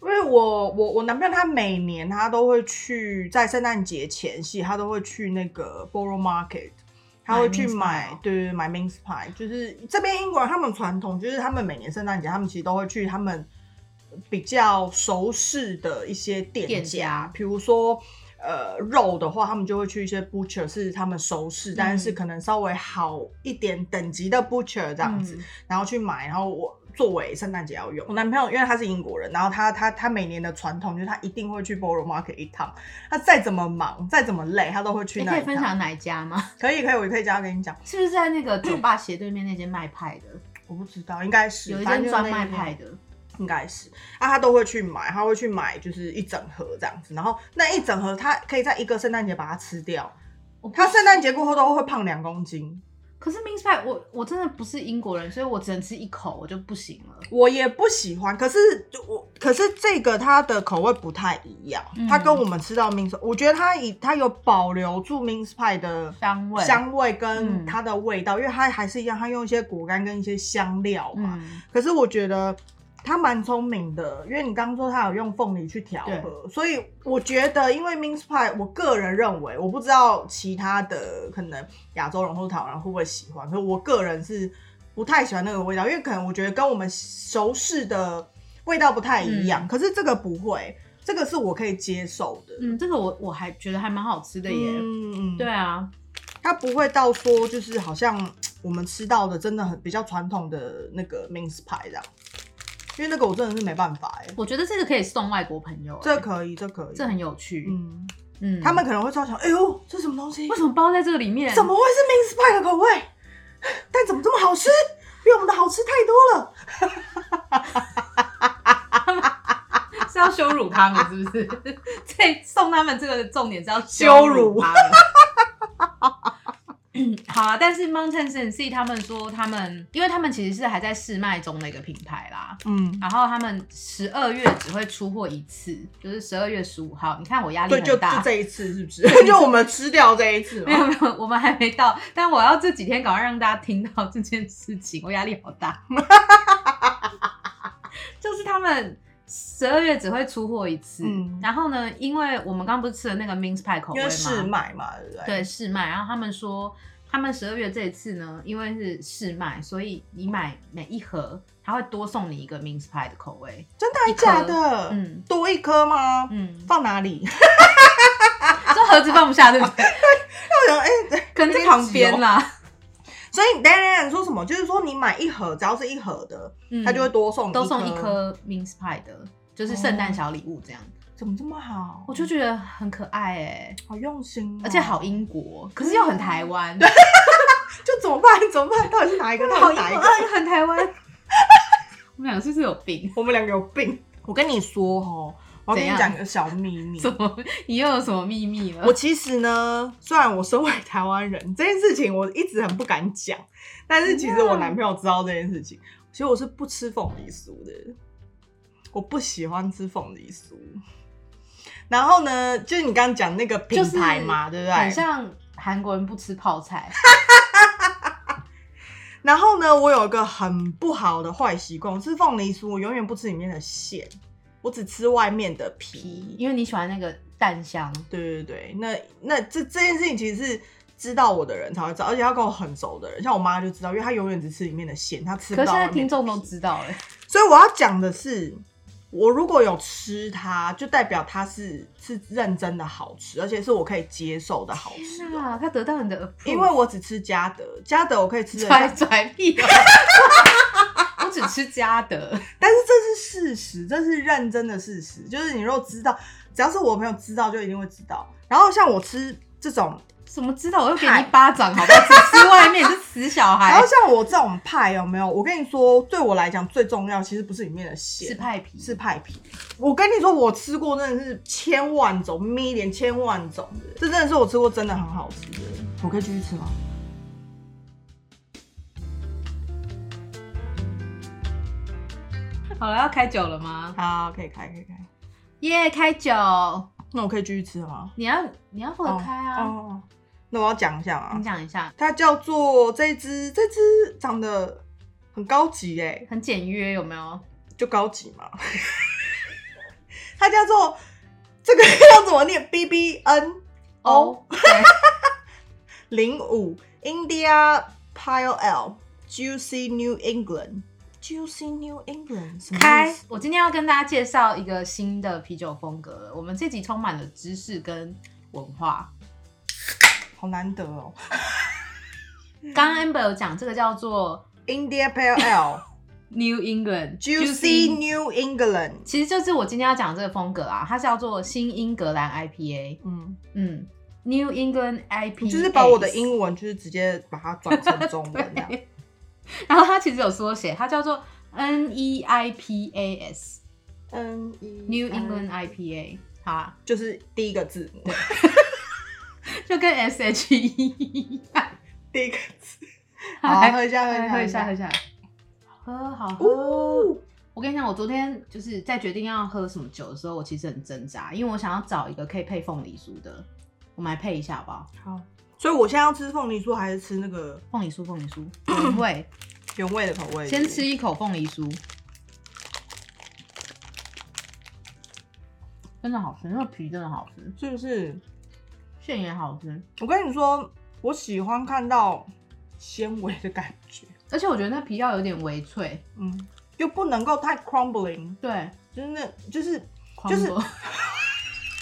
因为我我我男朋友他每年他都会去，在圣诞节前夕，他都会去那个 Borough Market，他会去
mince pie
买，
哦
对对对，买 mince pie。就是这边英国人他们传统，就是他们每年圣诞节，他们其实都会去他们比较熟识的一些店
店
家
家，
比如说。呃，肉的话，他们就会去一些 butcher，是他们熟识，但
嗯
是可能稍微好一点等级的 butcher 这样子。
嗯
然后去买，然后我作为圣诞节要用。我男朋友因为他是英国人，然后他他他每年的传统就是他一定会去 Borough Market 一趟，他再怎么忙，再怎么累，他都会去
你
那
可以
一
分
趟。
享哪一家吗？
可以可以，我可以加跟你讲，
是不是在那个酒吧斜对面那间卖派的，
我不知道，应该 是
有一
反
间
正
专
就是那
卖
一间
派的？
应该是啊，他都会去买，他会去买就是一整盒这样子，然后那一整盒他可以在一个圣诞节把它吃掉，
我不
他圣诞节过后都会胖两公斤。
可是 mince pie 我我真的不是英国人，所以我只能吃一口我就不行了。
我也不喜欢，可是就我可是这个它的口味不太一样，
嗯
它跟我们吃到 mince，我觉得它以它有保留住 mince pie 的
香味
香味跟
嗯
它的味道，因为它还是一样，它用一些果干跟一些香料嘛。
嗯，
可是我觉得它蛮聪明的，因为你刚刚说它有用凤梨去调和，所以我觉得因为 mince pie，我个人认为，我不知道其他的可能亚洲人或台湾人会不会喜欢，可是我个人是不太喜欢那个味道，因为可能我觉得跟我们熟识的味道不太一样。可是这个不会，这个是我可以接受的。
嗯，这个我我还觉得还蛮好吃的耶。
嗯，嗯
对啊，
它不会到说就是好像我们吃到的真的很比较传统的那个 mince pie 这样，因为那个我真的是没办法哎、
我觉得这个可以送外国朋友耶，欸
这可以，这可以，
这很有趣。
嗯，
嗯，
他们可能会超想，哎呦，这什么东西
为？什么包在这个里面？
怎么会是 mince pie 的口味？但怎么这么好吃？比我们的好吃太多了。
是要羞辱他们，是不 是？这送他们这个重点是要辱他们。 嗯好啊，但是 Mountain s e n s e 他们说他们，因为他们其实是还在试卖中的一个品牌啦，
嗯，
然后他们十二月只会出货一次，就是十二月十五号。你看我压力
对，就
很
就
大，
这一次是 不 是？就我们吃掉这一次
没有
嘛。
没有，我们还没到，但我要这几天赶快让大家听到这件事情，我压力好大。 就是他们十二月只会出货一次，
嗯
然后呢，因为我们刚刚不是吃了那个 mince pie 口味
因为试
吗？
卖嘛，对不对？
对，试卖。然后他们说，他们十二月这一次呢，因为是试卖，所以你买每一盒，他会多送你一个 mince pie 的口味。
真的还
一颗
假的？
嗯
多一颗吗？
嗯，
放哪里？
这盒子放不下，对不对？
我想，哎、
可能在旁边啦，
所以等一下等一下你说什么？就是说你买一盒，只要是一盒的，
嗯
他就会多送你
都送一。颗哦 mince pie 的，就是圣诞小礼物这样。
怎么这么好？
我就觉得很可爱哎、
好用心哦、
而且好英国，哦可是又很台湾，
就怎么办？怎么办？到底是哪一个？到
啊好
底
英
是哪一
国，
个？
又 很台湾。我们两个是不是有病？
我们两个有病。我跟你说哦，我要跟
怎
你
样
讲一个小秘密。
什么？你又有什么秘密了？
我其实呢，虽然我身为台湾人，这件事情我一直很不敢讲，但是其实
嗯
我男朋友知道这件事情。其实我是不吃凤梨酥的，我不喜欢吃凤梨酥。然后呢，就是你刚刚讲那个品
就是
牌嘛，对不对？
很像韩国人不吃泡菜，
然后呢，我有一个很不好的坏习惯，我吃凤梨酥，我永远不吃里面的馅，我只吃外面的皮。
因为你喜欢那个蛋香。
对对对，那那这这件事情其实是知道我的人才会知道，而且要跟我很熟的人，像我妈就知道，因为她永远只吃里面的馅，她吃
可
不
是
到
现
外面
在
的
听众都
皮
知道了，
所以我要讲的是，我如果有吃它，就代表它是是认真的好吃，而且是我可以接受的好吃
天
哦。
啊，他得到你的 approve，
因为我只吃嘉德，嘉德我可以吃得下
拽拽屁哦我只吃嘉德，
但是这是事实，这是认真的事实。就是你如果知道，只要是我朋友知道，就一定会知道。然后像我吃这种，
什么知道？我又给你一巴掌，好不好？只吃外面，你是 死小
然
孩
后，像我这种派有没有？我跟你说，对我来讲最重要其实不是里面的馅，
吃派皮
是派皮。我跟你说，我吃过真的是千万种，million 千万种的，这真的是我吃过真的很好吃的。我可以继续吃吗？
好了，要开酒了吗？
好，可以开，可以开。
耶开酒！
那我可以继续吃吗？
你要你要负责开
哦
啊！
哦哦那我要讲一下啊
你，讲一下，
它叫做这一只，这只长得很高级哎、
很简约有没有？
就高级嘛。 它叫做这个 要怎么念？B B N O
嗯对
零五 India Pale L Juicy New England Juicy New England 什么意
开
思！
我今天要跟大家介绍一个新的啤酒风格了。我们这集充满了知识跟文化。
好难得哦。嗯
刚刚 Amber 有讲这个叫做
India Pale L
New England
Juicy New England，
其实就是我今天要讲这个风格啊，它叫做新英格兰 IPA，
嗯，
嗯，New England IPA，
就是把我的英文就是直接把它转成中文这 样。
对然后它其实有缩写，它叫做 E NEIPAS
N E
New
I
England IPA，好啊，
就是第一个 字母，
就跟 SHE 一样。
第一个 字。好，喝一下，喝一下，
呃喝一下，喝一。下，喝好喝。
哦，
我跟你讲，我昨天就是在决定要喝什么酒的时候，我其实很挣扎，因为我想要找一个可以配凤梨酥的，我们来配一下好不好？
好。所以我现在要吃凤梨酥还是吃那个
凤梨酥，凤梨酥， 原味。
原味的口味？
先吃。一口凤梨酥，真的好吃，那个皮真的好吃，
是不是？
馅也好吃，
我跟你说，我喜欢看到纤维的感觉，
而且我觉得那皮要有点微脆，
嗯，又不能够太 crumbling，
对，
就是那，就是
狂
就是
魔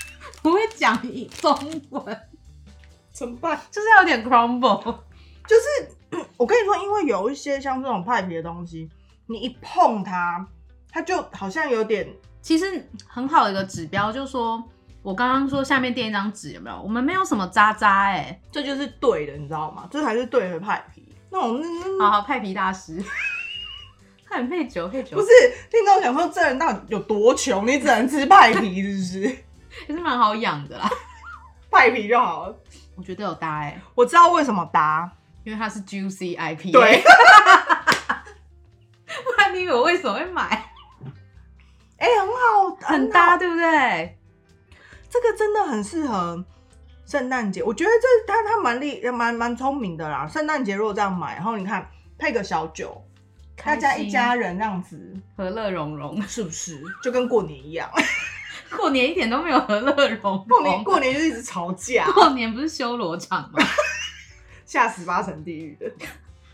不会讲中文，
怎么办？
就是要有点 crumble，
就是 我跟你说，因为有一些像这种派皮的东西，你一碰它，它就好像有点
其实很好的一个指标，就是说我刚刚说下面垫一张纸有没有？我们没有什么渣渣哎、
这就是对的，你知道吗？这才是对的派皮。那种
好好派皮大师， 他很配酒配酒，
不是听众想说，这人到底有多穷？你只能吃派皮，是不是？
也是蛮好养的啦，
派皮就好了。
我觉得有搭哎、
我知道为什么搭，
因为它是 Juicy IP，
对，
不然你以为我为什么会买？
哎、很好，
很
好
搭，对不对？
这个真的很适合圣诞节。我觉得这他他蛮厉蛮蛮聪明的啦。圣诞节如果这样买，然后你看配个小酒，
开
大
心
家一家人这样子，
和乐融融，
是不是就跟过年 一样？
过年一点都没有和乐融融。
过年过年就一直吵架，
过年不是修罗场吗？
下十八层地狱的。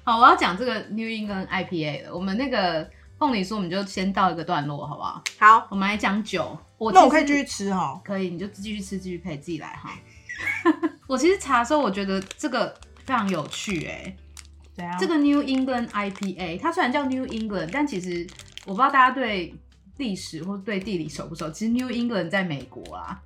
好，我要讲这个 New England IPA 了。我们那个凤梨酥，我们就先到一个段落，好不好？
好，
我们来讲酒。我
那我
其
可
实
以继续吃哈。
可以，你就继续吃，继续配，自己来哈。 我其实查的时候，我觉得这个非常有趣哎、
怎样？
这个 New England IPA，它虽然叫 New England，但其实我不知道大家对历史或对地理熟不熟。其实 New England 在美国啊，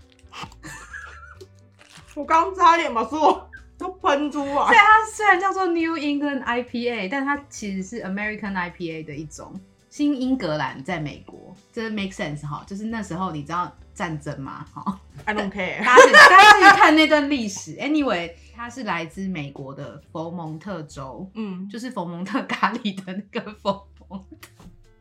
我刚差点把所有都喷出
对
来。
它虽然叫做 New England IPA，但它其实是 American IPA 的一种。新英格兰在美国，这 make sense 哈，就是那时候你知道战争嘛，哈，
I don't care。
大家去大家去看那段历史。Anyway，它是来自美国的佛蒙特州，
嗯，
就是佛蒙特咖喱的那个佛蒙，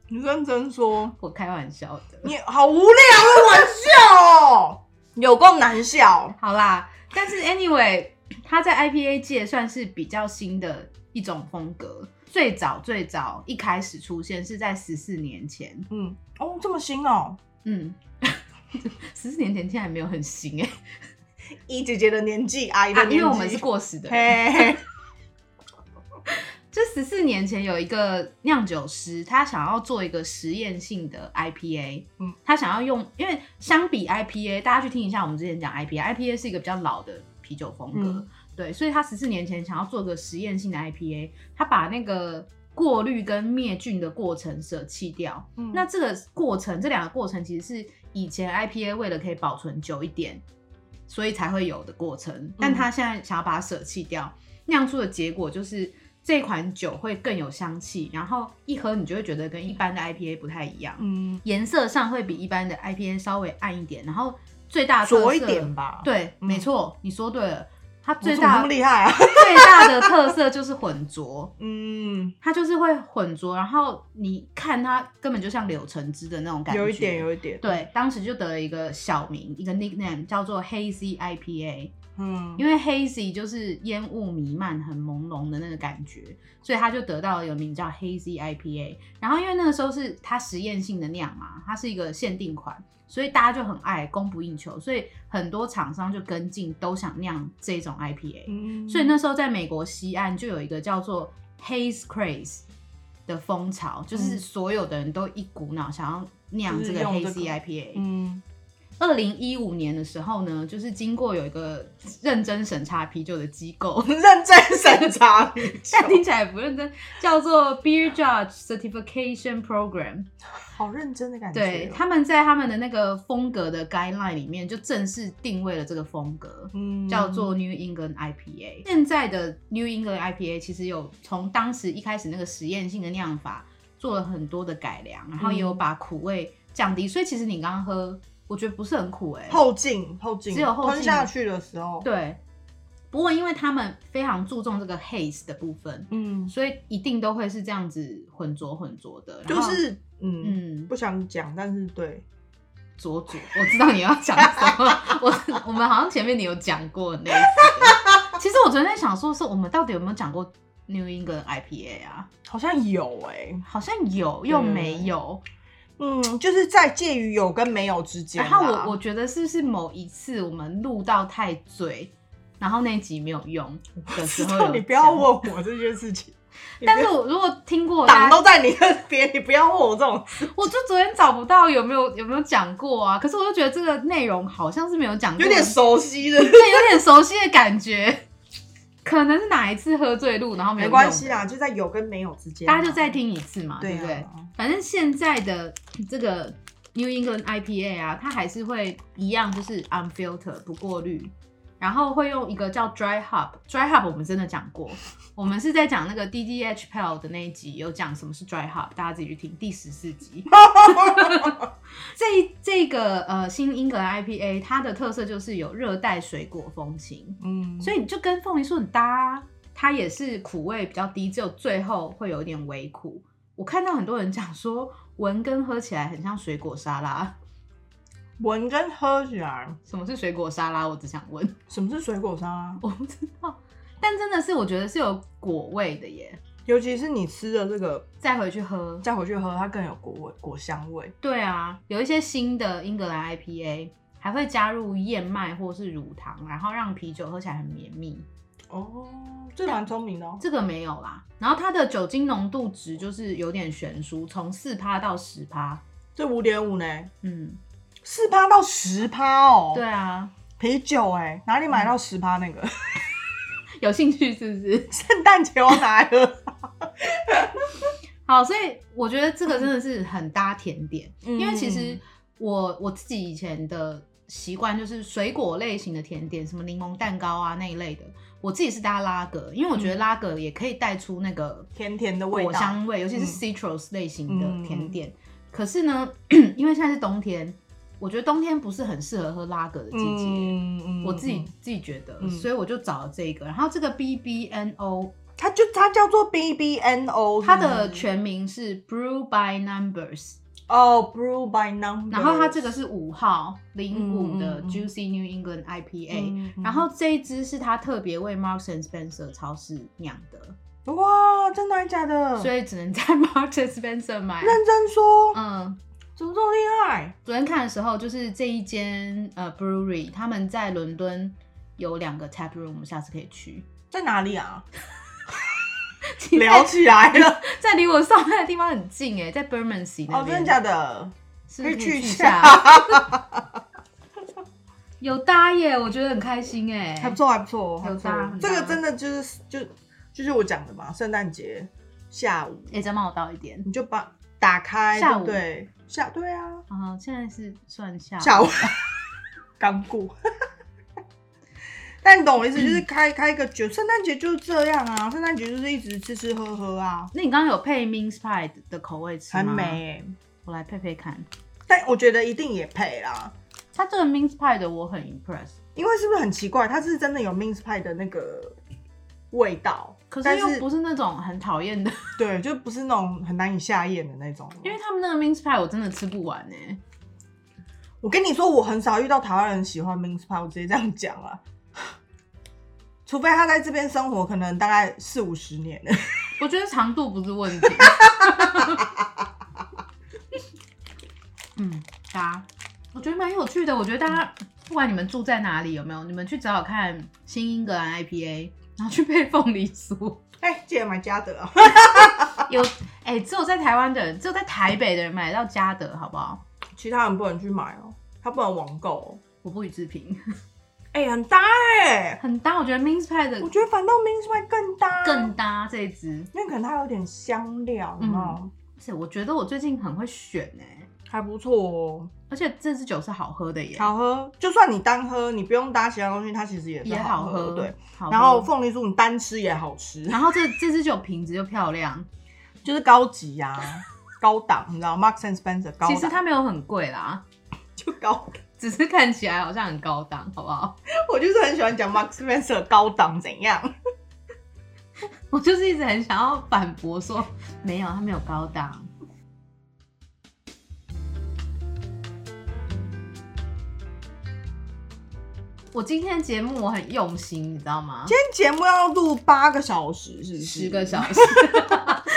你认真说，
我开玩笑的。
你好无聊的玩笑哦，有够难笑。
好啦，但是 anyway，它在 IPA 界算是比较新的一种风格。最早最早一开始出现是在十四年前，
嗯，哦，这么新哦，
嗯， 十四年前现在没有很新哎、
一姐姐的年纪，阿姨的
啊，
年纪，
因为我们是过时的人。
嘿嘿嘿
这十四年前有一个酿酒师，他想要做一个实验性的 IPA，
嗯
嗯，他想要用，因为相比 IPA，大家去听一下我们之前讲 IPA，IPA 是一个比较老的啤酒风格，
嗯
对，所以他十四年前想要做个实验性的 IPA，他把那个过滤跟灭菌的过程舍弃掉，
嗯
那这个过程，这两个过程其实是以前 IPA 为了可以保存久一点，所以才会有的过程，
嗯
但他现在想要把它舍弃掉，酿出的结果就是这款酒会更有香气，然后一喝你就会觉得跟一般的 IPA 不太一样，
嗯，
颜色上会比一般的 IPA 稍微暗一点，然后最大的特色
浊一点，吧。，
对，
嗯
没错，你说对了，它最
最大
大
这么厉害啊。
最大的特色就是混浊，
嗯，
它就是会混浊，然后你看它根本就像柳橙汁的那种感觉，
有一点，有一点。，
对，当时就得了一个小名，一个 nickname 叫做 Hazy IPA，
嗯，
因为 Hazy 就是烟雾弥漫、很朦胧的那个感觉，所以它就得到了一个名叫 Hazy IPA。然后因为那个时候是它实验性的酿嘛，它是一个限定款，所以大家就很爱，供不应求，所以很多厂商就跟进，都想酿这种 IPA。
嗯
所以那时候在美国西岸就有一个叫做 haze craze 的风潮，就是所有的人都一股脑想要酿这
嗯就是
个 E
用这个
hazy IPA。
嗯，，
二零一五年的时候呢，就是经过有一个认真审查啤酒的机构
认真审查，
但听起来不认真，叫做 Beer Judge Certification Program。
好认真的感觉哦。
对，他们在他们的那个风格的 guideline 里面就正式定位了这个风格。
嗯
叫做 New England IPA。现在的 New England IPA 其实有从当时一开始那个实验性的酿法做了很多的改良，然后也
嗯
有把苦味降低，所以其实你刚刚喝，我觉得不是很苦哎、
后劲，后劲，
只有后劲
吞下去的时候，，
对，不过因为他们非常注重这个 haze 的部分，
嗯，
所以一定都会是这样子混浊混浊的，然
就
后
是嗯，
嗯
不想讲，但是对，
浊浊，我知道你要讲什么。 我我们好像前面你有讲过类似的。其实我昨天在想说，是我们到底有没有讲过 New England IPA 啊？
好像有哎、
好像有又没有。
嗯，就是在介于有跟没有之间啦。
然后我我觉得是不是某一次我们录到太醉，然后那集没有用的时
知
候
道
有
你不要
讲
问。我这件事情，
但是我如果听过，大
党
家
都在你那边，你 不要问我这种。
我就昨天找不到有没有有没有讲过啊。可是我就觉得这个内容好像是没有讲过，
有点熟悉的，
对，有点熟悉的感觉。可能是哪一次喝醉路，然后嗯没
没
有
关系
用
啦，就在有跟没有之间，
大家就再，听一次嘛，对
对啊
不对？反正现在的这个 New England IPA 啊，它还是会一样，就是 unfilter 不过滤，然后会用一个叫 dry hop，dry hop 我们真的讲过，我们是在讲那个 DDH Pal 的那一集有讲什么是 dry hop，大家自己去听第十四集。 这这个呃新英格兰 IPA 它的特色就是有热带水果风情，
嗯，
所
以
以你就跟凤梨酥很搭、啊，它也是苦味比较低，只有最后会有一点微苦。我看到很多人讲说，闻跟喝起来很像水果沙拉。
闻跟喝起来，
什么是水果沙拉？我只想问，
什么是水果沙？
我不知道。但真的是，我觉得是有果味的耶。
尤其是你吃的这个，
再回去喝，
再回去喝，它更有果味、果香味。
对啊，有一些新的英格兰 IPA 还会加入燕麦或是乳糖，然后让啤酒喝起来很绵密。
哦，这蛮聪明的哦。
这个没有啦。然后它的酒精浓度值就是有点悬殊，从四趴到十趴。
这五点五呢，
嗯，
四趴到十趴哦。
对，嗯啊，
啤酒哎、哪里买到十趴那个？
有兴趣是不是？
圣诞节我拿来喝。
好，所以我觉得这个真的是很搭甜点，
嗯
因为其实我我自己以前的习惯就是水果类型的甜点，什么柠檬蛋糕啊那一类的，我自己是搭拉格，因为我觉得拉格也可以带出那个
甜甜的味
果
道，
香味，尤其是
嗯
citrus 类型
嗯
的甜点。可是呢， 因为现在是冬天，我觉得冬天不是很适合喝拉格的季节。
嗯嗯
我自己
嗯
自己觉得，
嗯
所以我就找了这个。然后这个 B B N O，
它就它叫做 B B N O，
它的全名是 Brew by Numbers，
哦 Brew by 嗯 Number，
然后它这个是五号零
嗯嗯
五的
嗯
Juicy New England I P A，、
嗯嗯
然后这一支是它特别为 Marks and Spencer 超市酿的，
哇，真的还假的？
所以只能在 Marks and Spencer 买。
认真说，
嗯，
怎么这么厉害？
昨天看的时候，就是这一间呃 brewery，他们在伦敦有两个 tap room，我们下次可以去。
在哪里 啊？
其实
聊起来了，
在离我上班的地方很近哎，在 Bermondsey 那
哦，
边。
真的假的？
是不是可以
可以去
去一
一
下
下？
有搭耶，我觉得很开心哎，
还不错，还不错，还
有
不错
搭很。
这
搭
个真的就是就就是我讲的嘛，圣诞节下午
哎，再帮我倒一点。
你就把打开，
下
对
午
不对？下对啊，
啊、现在是算下
下午刚过。 但你懂我意思，就是开开一个酒，圣诞节就是这样啊，圣诞节就是一直吃吃喝喝啊，
那你刚刚有配 mince pie 的口味吃吗？
很美、，欸。
我来配配看。
但我觉得一定也配啦，
它这个 mince pie 的我很 impress，
因为是不是很奇怪？它是真的有 mince pie 的那个味道，
可
但
是又不
是
是那种很讨厌的，
对，就不是那种很难以下咽的那种。
因为他们那个 mince pie 我真的吃不完哎、
我跟你说，我很少遇到台湾人喜欢 mince pie，我直接这样讲啊。 除非他在这边生活，可能大概四五十年了。
我觉得长度不是问题。 嗯，搭，我觉得蛮有趣的。我觉得大家不管你们住在哪里，有没有你们去找找看新英格兰 IPA，然后去配凤梨酥。
哎、记得买嘉德啊。
有哎、只有在台湾的人，只有在台北的人买得到嘉德，好不好？
其他人不能去买哦，他不能网购、哦。
我不予置评，
哎、很搭哎、
很搭。我觉得 mince pie 的
我觉得反倒 mince pie 更搭，
更，搭这一支，
因为可能它有点香料，
嗯
有没有？
而且我觉得我最近很会选哎、
还不错哦，
而且这支酒是好喝的耶，
好喝。就算你单喝，你不用搭其他东西，它其实也是
也
好
好喝，
对，
好喝。嗯
然后凤梨酥你单吃也好吃，
然后这这支酒瓶子就漂亮，
就是高级呀、高档，你知道 Marks and Spencer 高档，
其实它没有很贵啦，
就高 档。
只是看起来好像很高档，好不好？
我就是很喜欢讲 Marks and Spencer 高档怎样，
我就是一直很想要反驳说，没有，它没有高档。我今天节目我很用心，你知道吗
今？天节目要录八个小时，是不是？
十个小时，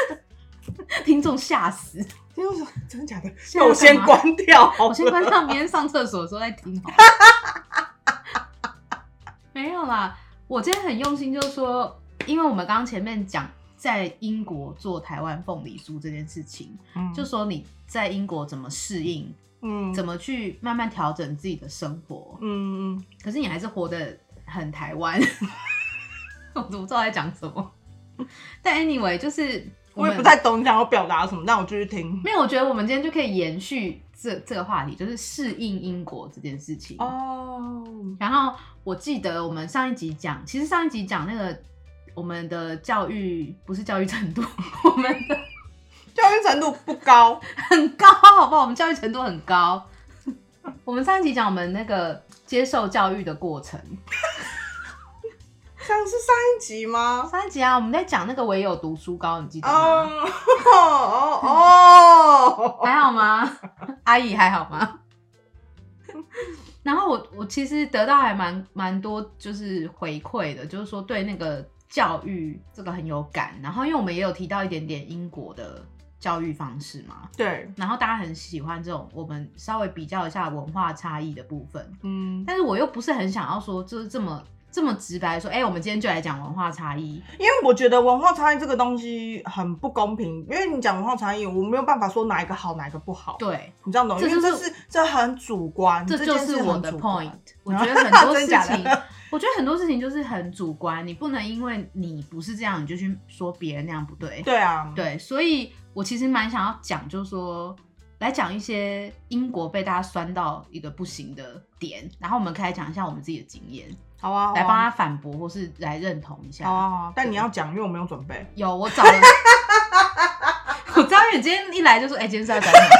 听众吓死！
就是真的假的？
现在
那我先
干嘛
关掉好了，
我先关上，明天上厕所的时候再听好了。没有啦，我今天很用心，就是说，因为我们刚刚前面讲在英国做台湾凤梨酥这件事情，
嗯
就说你在英国怎么适应，
嗯
怎么去慢慢调整自己的生活，
嗯嗯，
可是你还是活得很台湾。 我怎么知道在讲什么？但 anyway，就是
我也
们
不太懂你想要表达什么，但我就是听。
没有，我觉得我们今天就可以延续这这个话题，就是适应英国这件事情。
哦，
然后我记得我们上一集讲，其实上一集讲那个我们的教育不是教育程度，我们的
教育程度不高，
很高，好不好？我们教育程度很高。 我们上一集讲我们那个接受教育的过程，
像是上一集吗？
上一集啊，我们在讲那个唯有读书高，你记得吗？
哦哦哦，
还好吗？阿姨还好吗？ 然后我我其实得到还蛮蛮多就是回馈的，就是说对那个教育这个很有感。然后因为我们也有提到一点点英国的教育方式嘛，
对，
然后大家很喜欢这种我们稍微比较一下文化差异的部分，
嗯，
但是我又不是很想要说就是这么这么直白地说，哎、我们今天就来讲文化差异，
因为我觉得文化差异这个东西很不公平，因为你讲文化差异，我没有办法说哪一个好，哪一个不好，
对，
你知道懂？
这就
因为
是
这是这很主观，
这就
件事
是
很
我的
主
point
观。
我觉 得很多事
真假的
情，我觉得很多事情就是很主观，你不能因为你不是这样，你就去说别人那样不对。
对啊，
对所以我其实蛮想要讲，就是说来讲一些英国被大家酸到一个不行的点，然后我们可以来讲一下我们自己的经验。
好啊，好啊
来帮他反驳或是来认同一下。
好啊，好啊，但你要讲，因为我没有准备。
有我找了， 我知道你今天一来就说，哎、今天是要讲什么？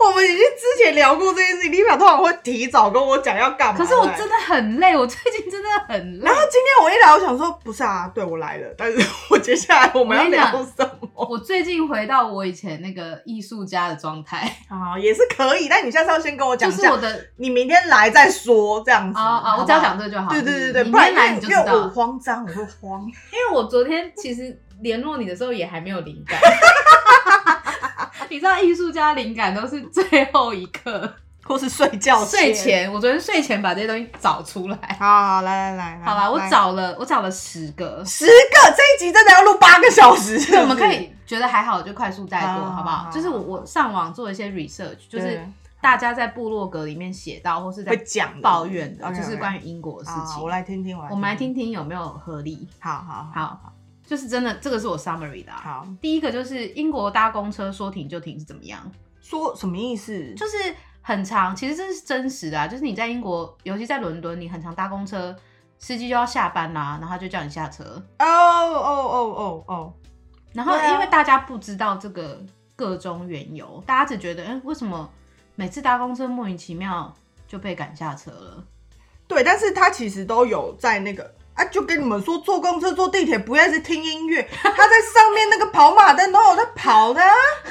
我们已经之前聊过这件事情，李表通常会提早跟我讲要干嘛。
可是我
对
真的很累，我最近真的很累
然。后今天我一来，我想说不是啊，对我来了，但是我接下来我们要
我跟你讲
聊什么？
我最近回到我以前那个艺术家的状态，
啊，也是可以，但你下次要先跟我 讲
就
一
是
下，
我的
你明天来再说这样子
啊啊，我只要讲。这个就
好
好。
不好对对对
是
对，
不是
不
明
然
天
因
来
为
你就知
因为我
道。
慌张，我会慌。
因为我昨天其实联络你的时候也还没有灵感，
你知道艺术家灵感都是最后一刻，
或是睡觉
睡。前。我昨天睡前把这些东西找出来。
好好，来来来，来
好啦，我
来
找了，我找了十个。
十个，这一集真的要录八个小时。
对，我们
是不
可
是
以觉得还好，就快速带过，
好
好不
好
好？
好
就是我我上网做一些 research，就是
对
大家在部落格里面写到或是在
会讲的
抱怨的，
OK，OK
就是关于英国的事
好
情。
我来听听，我来
我们来听。听有没有合理。
好好
好，就是真的，这个是我 summary 的、啊。
好，
第一个就是英国搭公车说停就停是怎么样？
说什么意思？
就是很长，其实这是真实的啊。就是你在英国，尤其在伦敦，你很常搭公车，司机就要下班啦、然后他就叫你下车。
哦哦哦哦哦，
然后
对啊
因为大家不知道这个各中缘由，大家只觉得，嗯，为什么每次搭公车莫名其妙就被赶下车了？
对，但是他其实都有在那个啊，就跟你们说，坐公车、坐地铁不要一直听音乐，他在上面那个跑马灯都有在跑的、啊，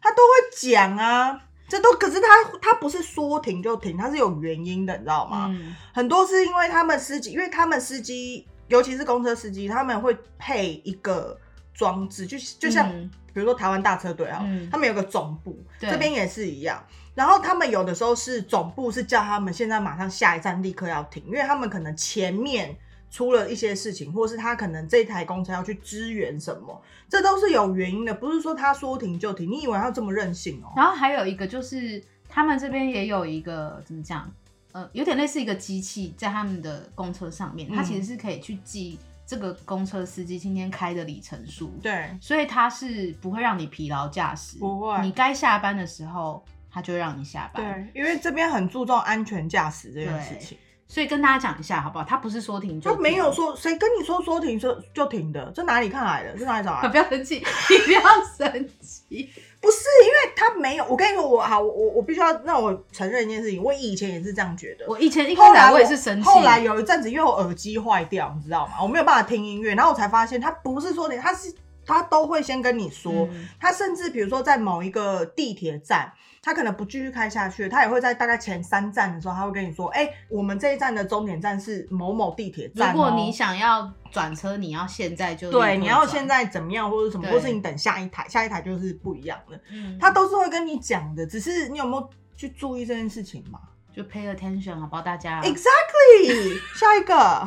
他都会讲啊。这都可是他，他不是说停就停，他是有原因的，你知道吗？
嗯，
很多是因为他们司机，因为他们司机，尤其是公车司机，他们会配一个装置，就就像、
嗯
比如说台湾大车队啊，
嗯
他们有个总部，
对
这边也是一样。然后他们有的时候是总部是叫他们现在马上下一站立刻要停，因为他们可能前面出了一些事情，或是他可能这台公车要去支援什么，这都是有原因的，不是说他说停就停。你以为他这么任性哦、
然后还有一个就是，他们这边也有一个怎么讲？呃，有点类似一个机器，在他们的公车上面，它
嗯
其实是可以去记这个公车司机今天开的里程数，
对，
所以它是不会让你疲劳驾驶，
不会
你该下班的时候，它就会让你下班。
对，因为这边很注重安全驾驶这件事情。
所以跟大家讲一下好不好？它不是说停就
就
停
没有，说谁跟你说说停就就停的，这哪里看来的？这哪里找来 的
不？要生气， 你不要生气。
不是，因为他没有。我跟你说，我好，我我我必须要让我承认一件事情，我以前也是这样觉得。
我以前一开
后
始
来
来我也是生气，
后来有一阵子，因为我耳机坏掉，你知道吗？我没有办法听音乐，然后我才发现，他不是说你，他是他都会先跟你说，
嗯
他甚至比如说在某一个地铁站，他可能不继续开下去，他也会在大概前三站的时候，他会跟你说，哎、我们这一站的终点站是某某地铁
如
站、哦。
果你想要转车，你要现在就立
对，
刻
你要
转
现，在怎么样，或者什么，
对
或是你等下一台，下一台就是不一样的，
嗯
他都是会跟你讲的，只是你有没有去注意这件事情嘛、
就 pay attention 好不好？大家
e x a c t l y 下一 个，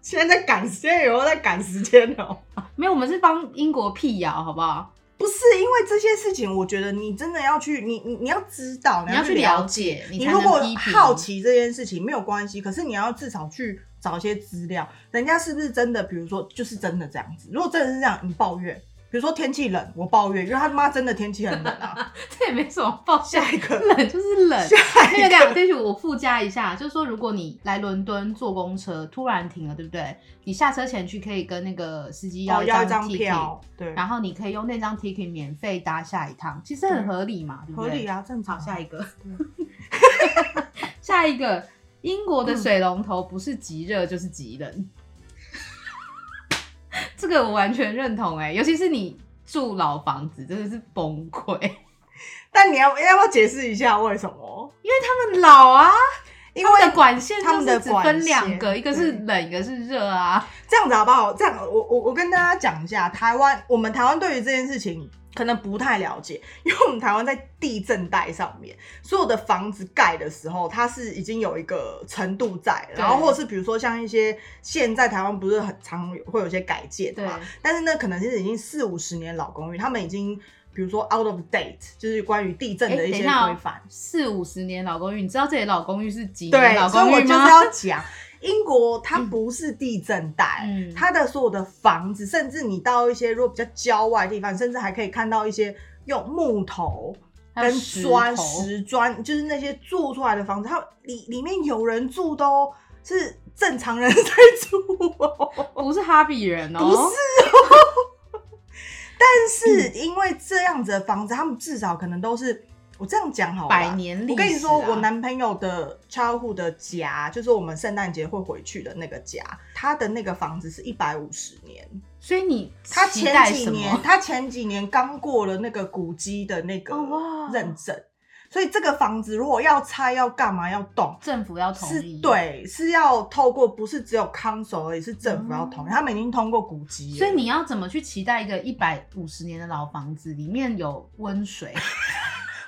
现在在赶时间，有没有在赶时间哦？
没有，我们是帮英国辟谣好不好？
不是，因为这些事情，我觉得你真的要去，你你你要知道，
你
要
要去
了
了。解，
你
才
如
能
果
批评
好，奇这件事情没有关系，可是你要至少去找一些资料，人家是不是真的，比如说就是真的这样子。如果真的是这样，你抱怨，比如说天气冷，我抱怨，因为他妈真的天气很 冷啊。
这也没什么抱歉。哦
下 一个
冷 就是冷
下，
那个这样，对不起，我附加一下，就是说，如果你来伦敦坐公车，突然停了，对不对？你下车前去可以跟那个司机
要
一
一张
ticket，、
票，对，
然后你可以用那张 ticket 免费搭下一趟，其实很合理嘛，对不
合
对？
理啊，正
好，
常。
下一个，下一个，英国的水龙头不是极热就是极 冷，这个我完全认同哎、尤其是你住老房子，真的是崩溃，
但你要要不要解释一下为什么？
他们老啊，
因
他们
为
的管线
他们
就是
的
只
管
分
线
两个，一个是
对
冷，一个是热啊，
这样子好不好？这样，我我我跟大家讲一下，台湾我们台湾对于这件事情可能不太了解，因为我们台湾在地震带上面，所有的房子盖的时候，它是已经有一个程度在，
对
然后或是比如说像一些现在台湾不是很常有会有一些改建
对
嘛，但是那可能是已经四五十年老公寓，他们已经比如说 out of date，就是关于地震
哎
的一
等
些
一下哦
规范。
四五十年老公寓，你知道这里老公寓是几年
对，
老
所以
公
我
寓
就是
吗？
要 讲，英国它不是地震带，
嗯
它的所有的房子，甚至你到一些如果比较郊外的地方，甚至还可以看到一些用木头
还有
跟
石
砖、
头
石砖，就是那些做出来的房子，它里里面有人住的哦，是正常人在住哦。
不是哈比人哦，
不是但
嗯
是因为这样子的房子，他们至少可能都是我这样讲好了啦
百年历史啊
我跟你说，我男朋友的 childhood 的家，就是我们圣诞节会回去的那个家，他的那个房子是一百五十年。
所以你
他
期
前
待
几
什
年
么，？
他前几年刚过了那个古迹的那个
哦哇
认证，所以这个房子如果要拆要干嘛要动，
政府要同
是
意，，
对，是要透过不是只有康首而已，是政府要同意，他们已经通过古迹了，
哦所以你要怎么去期待一个一百五十年的老房子里面有温水，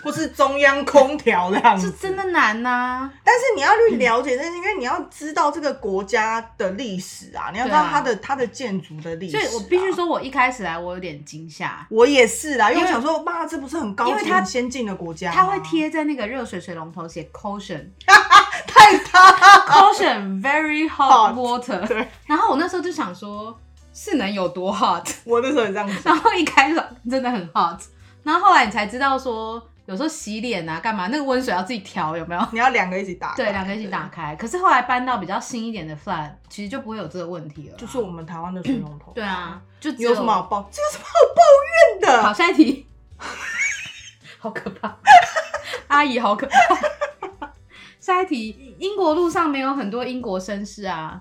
不是中央空调那样子
是真。的难呐、
但是你要
嗯
去了解这些，因为你要知道这个国家的历史啊，你要知道
对啊
它的、它的建筑的历史、啊
所以我必须。说，我一开始来我有点惊 吓，
我也是啦，因
因
为我
为
想说，妈，这不是很高级、
因为它
很先进的国家吗，
它会贴在那个热水水龙头写 caution
太大，
caution very hot
Hot，
water，
对
然后我那时候就想说，是能有多 hot？
我那时候也这样想。
然后一开始真的很 hot，然后后来你才知道说，有时候洗脸啊干嘛，那个温水要自己调，有没有？
你要两个一起打，
对，两个一起打，开。可是后来搬到比较新一点的 flat，其实就不会有这个问题了啦。
就是我们台湾的水龙头。
对啊，，就只
有什么好抱？这有什么好抱怨的？
好，下一 题，好可怕，阿姨好可怕。下一题，英国路上没有很多英国绅士啊。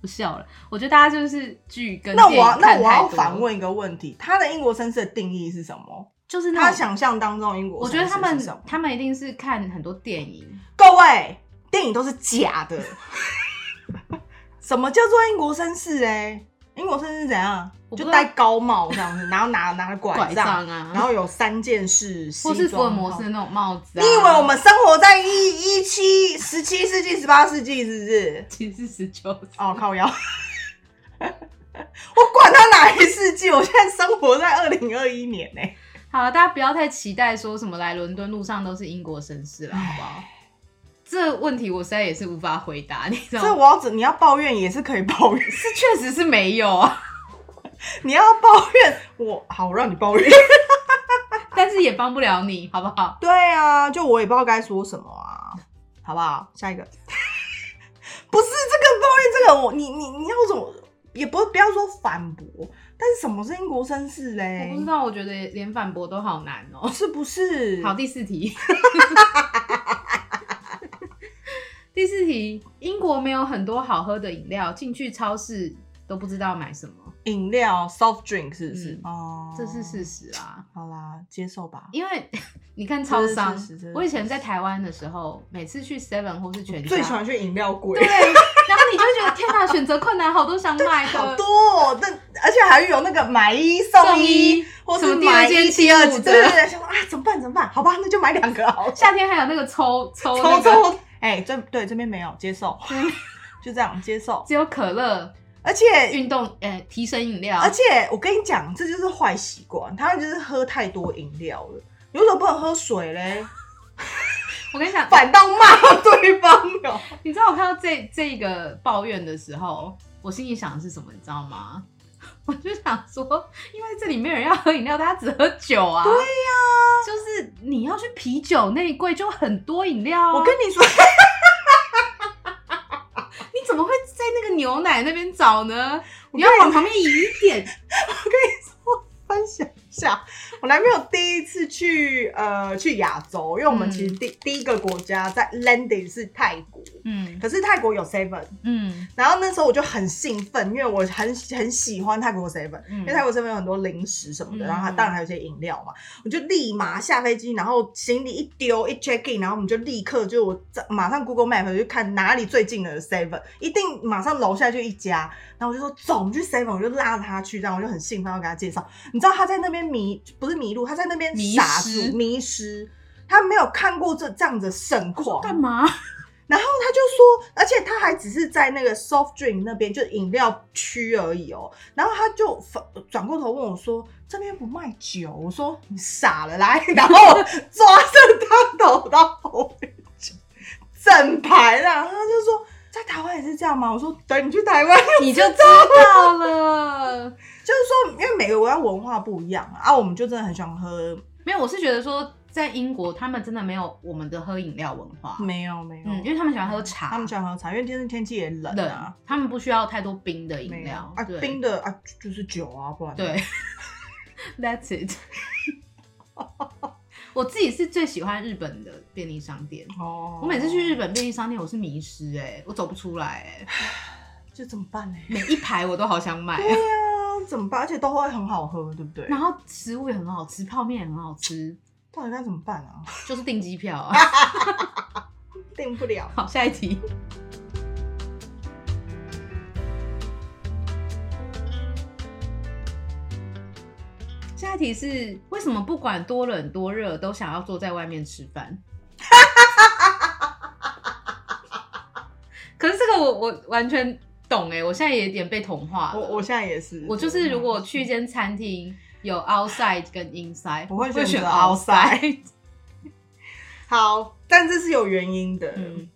不笑了，我觉得大家就是剧跟
那我
电影
要那
看
我
太
要
多
反，问一个问题：他的英国绅士的定义是什么？
就是那
他
种
想象当中的英国
我
绅
觉
士
得
是
他
什么，
们他们一定是看很多电影，
各位电影都是假 的。什么叫做英国绅士、欸？英国绅士是怎样？
我不知
就
道
戴高帽这样子，然后拿拿着拐
拐
杖
杖啊
然后有三件事，
或是
西
福尔
装
摩
套
斯的那种帽子、啊。
你以为我们生活在一一七、十七世纪、十八世纪是不是？
其实十九
哦，靠腰。 我管他哪一世纪，我现在生活在二零二一年呢、欸
好了，大家不要太期待说什么来伦敦路上都是英国绅士了，好不好？这问题我实在也是无法回答，你知
所以
道吗？
我要你要抱怨也是可以抱怨，
是确实是没有啊，
你要抱怨我好，我让你抱怨。
但是也帮不了你，好不好？
对啊，就我也不知道该说什么啊，好不好？下一个， 不是这个抱怨这个，我你你你要怎么也不不要说反驳，但是什么是英国绅士嘞
我不？知道，我觉得连反驳都好难哦、
是不是？
好，第四题。第四题，英国没有很多好喝的饮料，进去超市都不知道买什么，
饮料 soft drink 是不是
嗯？
哦、
这是事。实啊。
好啦，接受吧。
因为你看超商
这是事实这是，
我以前在台湾的时候，每次去 Seven 或是全家，
最喜欢去饮料柜
对，，然后你就会觉得天哪，选择困难，好多想买的，
好多、哦，但而且还有那个买一送
送
一
一，
或
什
是
么第二
买一
件
第二
七
件，
五
对
折
对对，想说啊，怎么办？怎么办？好吧，那就买两个好了。
夏天还有那个抽抽那
抽
个
抽，哦哎、这对这边没有接受，
对
就这样接受。
只有可乐、
而且
运动呃提神饮料，
而且，我跟你讲，这就是坏习惯，他们就是喝太多饮料了。有什么不能喝水嘞？
我跟你讲，
反倒骂对方哦哟。
你知道我看到这这个抱怨的时候，我心里想的是什么，你知道吗？ 我就想说，因为这里没有人要喝饮料，大家只喝酒啊。对呀、就是你要去啤酒那一柜就很多饮料、啊。
我跟你说，
你怎么会在那个牛奶那边找呢？你要往旁边移一点。
分享一下，我男朋友第一次去呃去亚洲，因为我们其实第、第一个国家在 landing 是泰国，
嗯
可是泰国有 seven，
嗯
然后那时候我就很兴奋，因为我很很喜欢泰国 seven，、
嗯
因为泰国 seven 有很多零食什么的，
嗯
然后它当然还有一些饮料嘛，我就立马下飞机，然后行李一丢一 check in，然后我们就立刻就我马上 Google Map 就看哪里最近的 seven，一定马上楼下就一家，然后我就说走，我们去 seven，我就拉着他去，这样我就很兴奋要给他介绍，你知道他在那边迷不是迷路，他在那边
迷
傻
失
住迷失，他没有看过这这样子的盛况，
干嘛？
然后他就说，而且他还只是在那个 soft drink 那边，就饮料区而已哦。然后他就反转过头问我说：“这边不卖酒？”我说：“你傻了，来！” 然后抓着他走到后面去，整排的。然后他就说：“在台湾也是这样吗？”我说：“等你去台湾。”
你就知道了。
就是说，因为每每个国家文化不一样啊，啊我们就真的很喜欢喝，
没有，我是觉得说在英国他们真的没有我们的喝饮料文化，
没有没有，
嗯，因为他们喜欢喝茶，
他们喜欢喝茶，因为天天气也冷
冷
啊，，
他们不需要太多冰的饮
没有
料
啊，
对
冰的啊就是酒啊，不然呢
对 ，That's it 。我自己是最喜欢日本的便利商店。
哦，
我每次去日本便利商店，我是迷失哎、我走不出来哎、
这怎么办呢？
每一排我都好想买、
对啊，怎么办？而且都会很好喝，对不对？
然后食物也很好吃，泡面也很好吃，
到底该怎么办 啊？
就是订机票啊。
定不了。
好，下一题。下一题是为什么不管多冷多热都想要坐在外面吃饭？ 可是这个我我完全懂哎、我现在也有点被同化了。
我我现在也是，
我就是如果去一间餐厅有 outside 跟 inside，
我会选择
选
outside 好，但这是有原因的，
嗯，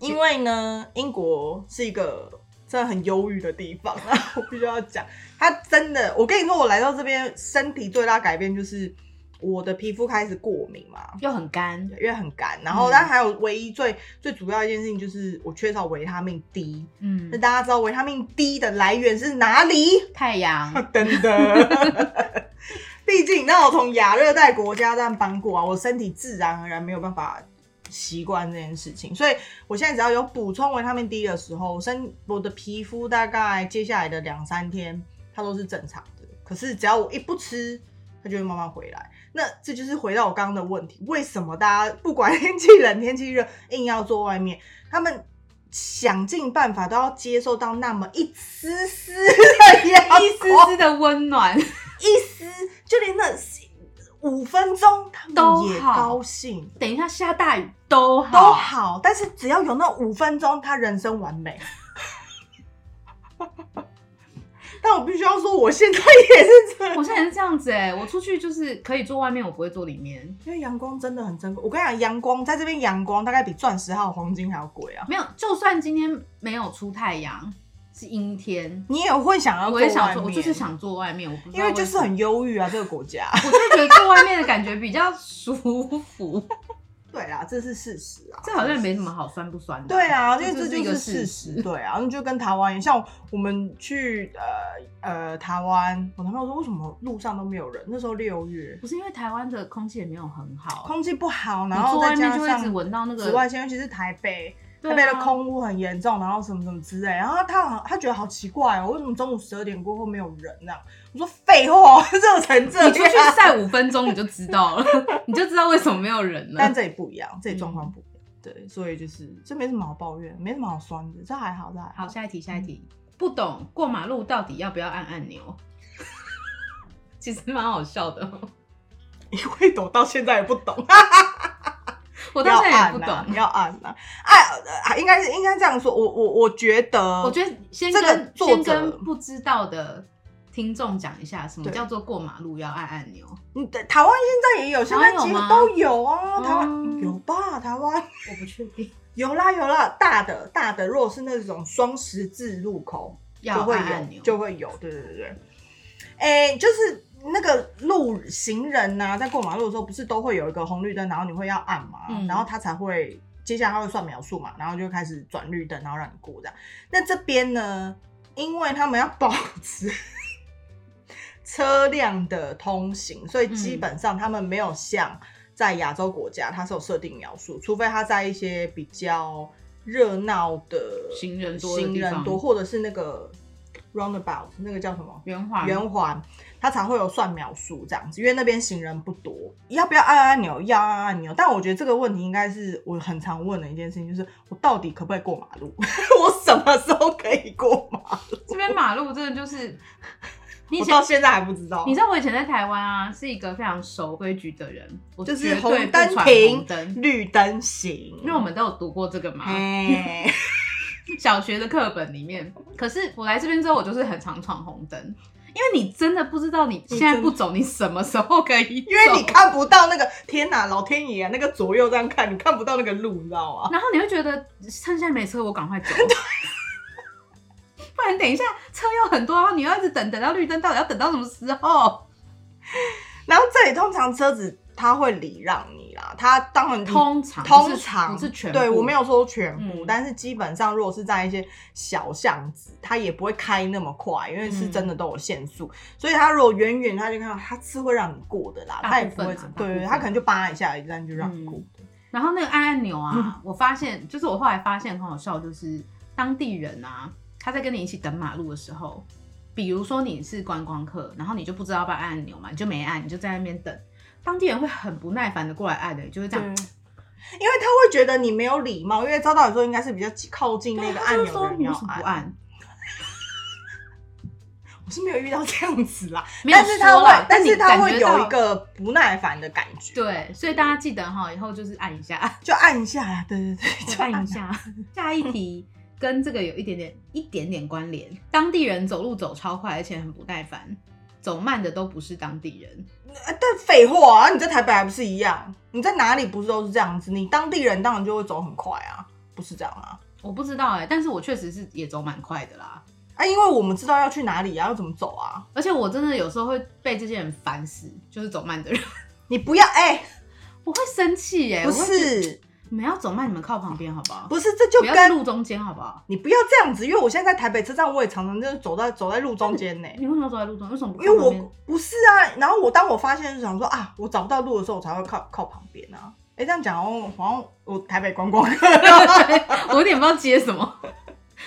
因为呢，英国是一个真的很忧郁的地方啊， 我必须要讲，它真的，我跟你说，我来到这边，身体最大改变就是我的皮肤开始过敏嘛，
又很干，
因为很干，然后
嗯
但还有唯一最最主要一件事情就是我缺少维他命 D，
嗯
那，大家知道维他命 D 的来源是哪里？
太阳，
真的。 毕竟，那我从亚热带国家这样搬过啊，我身体自然而然没有办法习惯这件事情，所以我现在只要有补充维他命 D 的时候，我身我的皮肤大概接下来的两三天它都是正常的。可是只要我一不吃，它就会慢慢回来。那这就是回到我刚刚的问题，为什么大家不管天气冷天气热，硬要坐外面？他们想尽办法都要接受到那么一丝丝的阳光，
一丝丝的温暖，
一丝，就连那五分钟，他
都
们也
好
高兴，
等一下下大雨都
都
好，
好。但是只要有那五分钟，他人生完美。但我必须要说，我现在也是这样，
我现在也是这样子哎、我出去就是可以坐外面，我不会坐里面，
因为阳光真的很珍贵。我跟你讲，阳光在这边，阳光大概比钻石还有黄金还要贵啊！
没有，就算今天没有出太阳，是阴天，
你也会想要，
我也想说，我就是，想坐外面，我不知道
因为就是
什么
很忧郁啊，这个 国家。
我就觉得坐外面的感觉比较舒服，
对啦，这是事实啊，
这好像也没什么好酸不酸的，
对啊，因为
这
这
是一
就
个
是事
实
实。，对啊，那就跟台湾一样，像我们去呃呃台湾，我男朋友说为什么路上都没有人？那时候六月，
不是因为台湾的空气也没有很好，啊
空气不好，然
你
后
坐
再
外
加
面就会一直
上
闻到那个
紫外线，尤其是台北，
对
台
啊
北的空污很严重，然后什么什么之类。然后他好，他觉得好奇怪哦，为什么中午十二点过后没有人这样？我说废话，热成 这
你出去
样。
晒五分钟你就知道了， 你就知道为什么没有人了
但。这里不一样，这里状况不一
嗯
样。对，所以就是这没什么好抱怨，没什么好酸的，这还好，这还
好，下一题，下一题。不懂过马路到底要不要按按钮？其实蛮好笑的哦、
因为懂到现在也不懂。
我
要
到现在也
按
不懂。
呐，要按呐，哎、啊，应该是应该这样说，我我我觉得，
我觉得先
啊这
跟、
个作
先
者
跟不知道的听众讲一下，什么
对
叫做过马路要按按钮？
你的嗯台湾现在也有，现在
台湾
几
有
乎
吗
都有啊，
哦
台湾有吧？台湾
我不确定，
有啦有啦，大的大的，如果是那种双十字路口，就
要
会
按按钮
有，就会有，对对对对，哎、就是。那个路行人呐、在过马路的时候，不是都会有一个红绿灯，然后你会要按嘛，
嗯
然后他才会接下来他会算秒数嘛，然后就开始转绿灯，然后让你过这样。那这边呢，因为他们要保持车辆的通行，所以
嗯
基本上他们没有像在亚洲国家，它是有设定描述，除非他在一些比较热闹的
行人多的地
行人多，
方
或者是那个 roundabout 那个叫什么？
圆环
圆环，它才会有算秒数这样子，因为那边行人不多。要不要按按钮？要按按钮。但我觉得这个问题应该是我很常问的一件事情，就是我到底可不可以过马路？ 我什么时候可以过马路？
这边马路真的就是，你以
我
前
到现在还不知道。
你知道我以前在台湾啊，是一个非常守规矩的人，我
就是
绝对
红
不
灯
闯
停
红灯，
绿灯行，
因为我们都有读过这个嘛。
哎，
小学的课本里面。可是我来这边之后，我就是很常闯红灯，因为你真的不知道你现在不走，你什么时候可以走
因为你，看不到那个天哪，老天爷、啊那个左右这样看，你看不到那个路，你知道吗？
然后你会觉得趁现在没车，我赶快走。不然等一下车又很多，然后你要一直等，等到绿灯到底要等到什么时候？
然后这里通常车子它会礼让你啦，它当然
通常不
通
是
常
不是全部
对我没有说全部，
嗯
但是基本上如果是在一些小巷子，它也不会开那么快，因为是真的都有限
嗯
速，所以它如果远远它就看到它是会让你过的啦，
大
它也
部
不
分
会
啊，嗯大部
对
分
对，它可能就扒一下一站就让你过。
然后那个按按钮
嗯
啊，我发现就是我后来发现很好笑，就是当地人啊，他在跟你一起等马路的时候，比如说你是观光客，然后你就不知道要不要按按钮嘛，你就没按，你就在那边等，当地人会很不耐烦的过来按的、就是这样。
因为他会觉得你没有礼貌，因为照道理说应该是比较靠近那
对，
个
他
按
就
钮的
说
人
你
要
为什么不
按。
按？
我是没有遇到这样子啦，
没有
但是他
说啦
会，但
你
是他
感
会
觉
有
到
一个不耐烦的感觉，
对，所以大家记得哈，以后就是按一下，
就按一下啦， 对对 对，就
按一 下。下一题跟这个有一点点一点点关联，当地人走路走超快，而且很不耐烦，走慢的都不是当地人。
啊但废话啊，你在台北还不是一样？你在哪里不是都是这样子？你当地人当然就会走很快啊，不是这样啊？
我不知道哎、但是我确实是也走蛮快的啦，
啊，因为我们知道要去哪里啊，要怎么走啊？
而且我真的有时候会被这些人烦死，就是走慢的人，
你不要哎、
我会生气耶、
不
哎我会觉得
是
你们要走慢，你们靠旁边好不好？
不是，这就
不要在
跟
路中间好不好？
你不要这样子，因为我现在在台北车站，我也常常就是走在走在路中间 呢、
你为什么要走在路中？为什么不
因
靠
为
旁边
我？不是啊，然后我当我发现是想说啊，我找不到路的时候，我才会靠靠旁边啊。哎、这样讲哦，好像我台北观光客，
我有点不知道接什 么。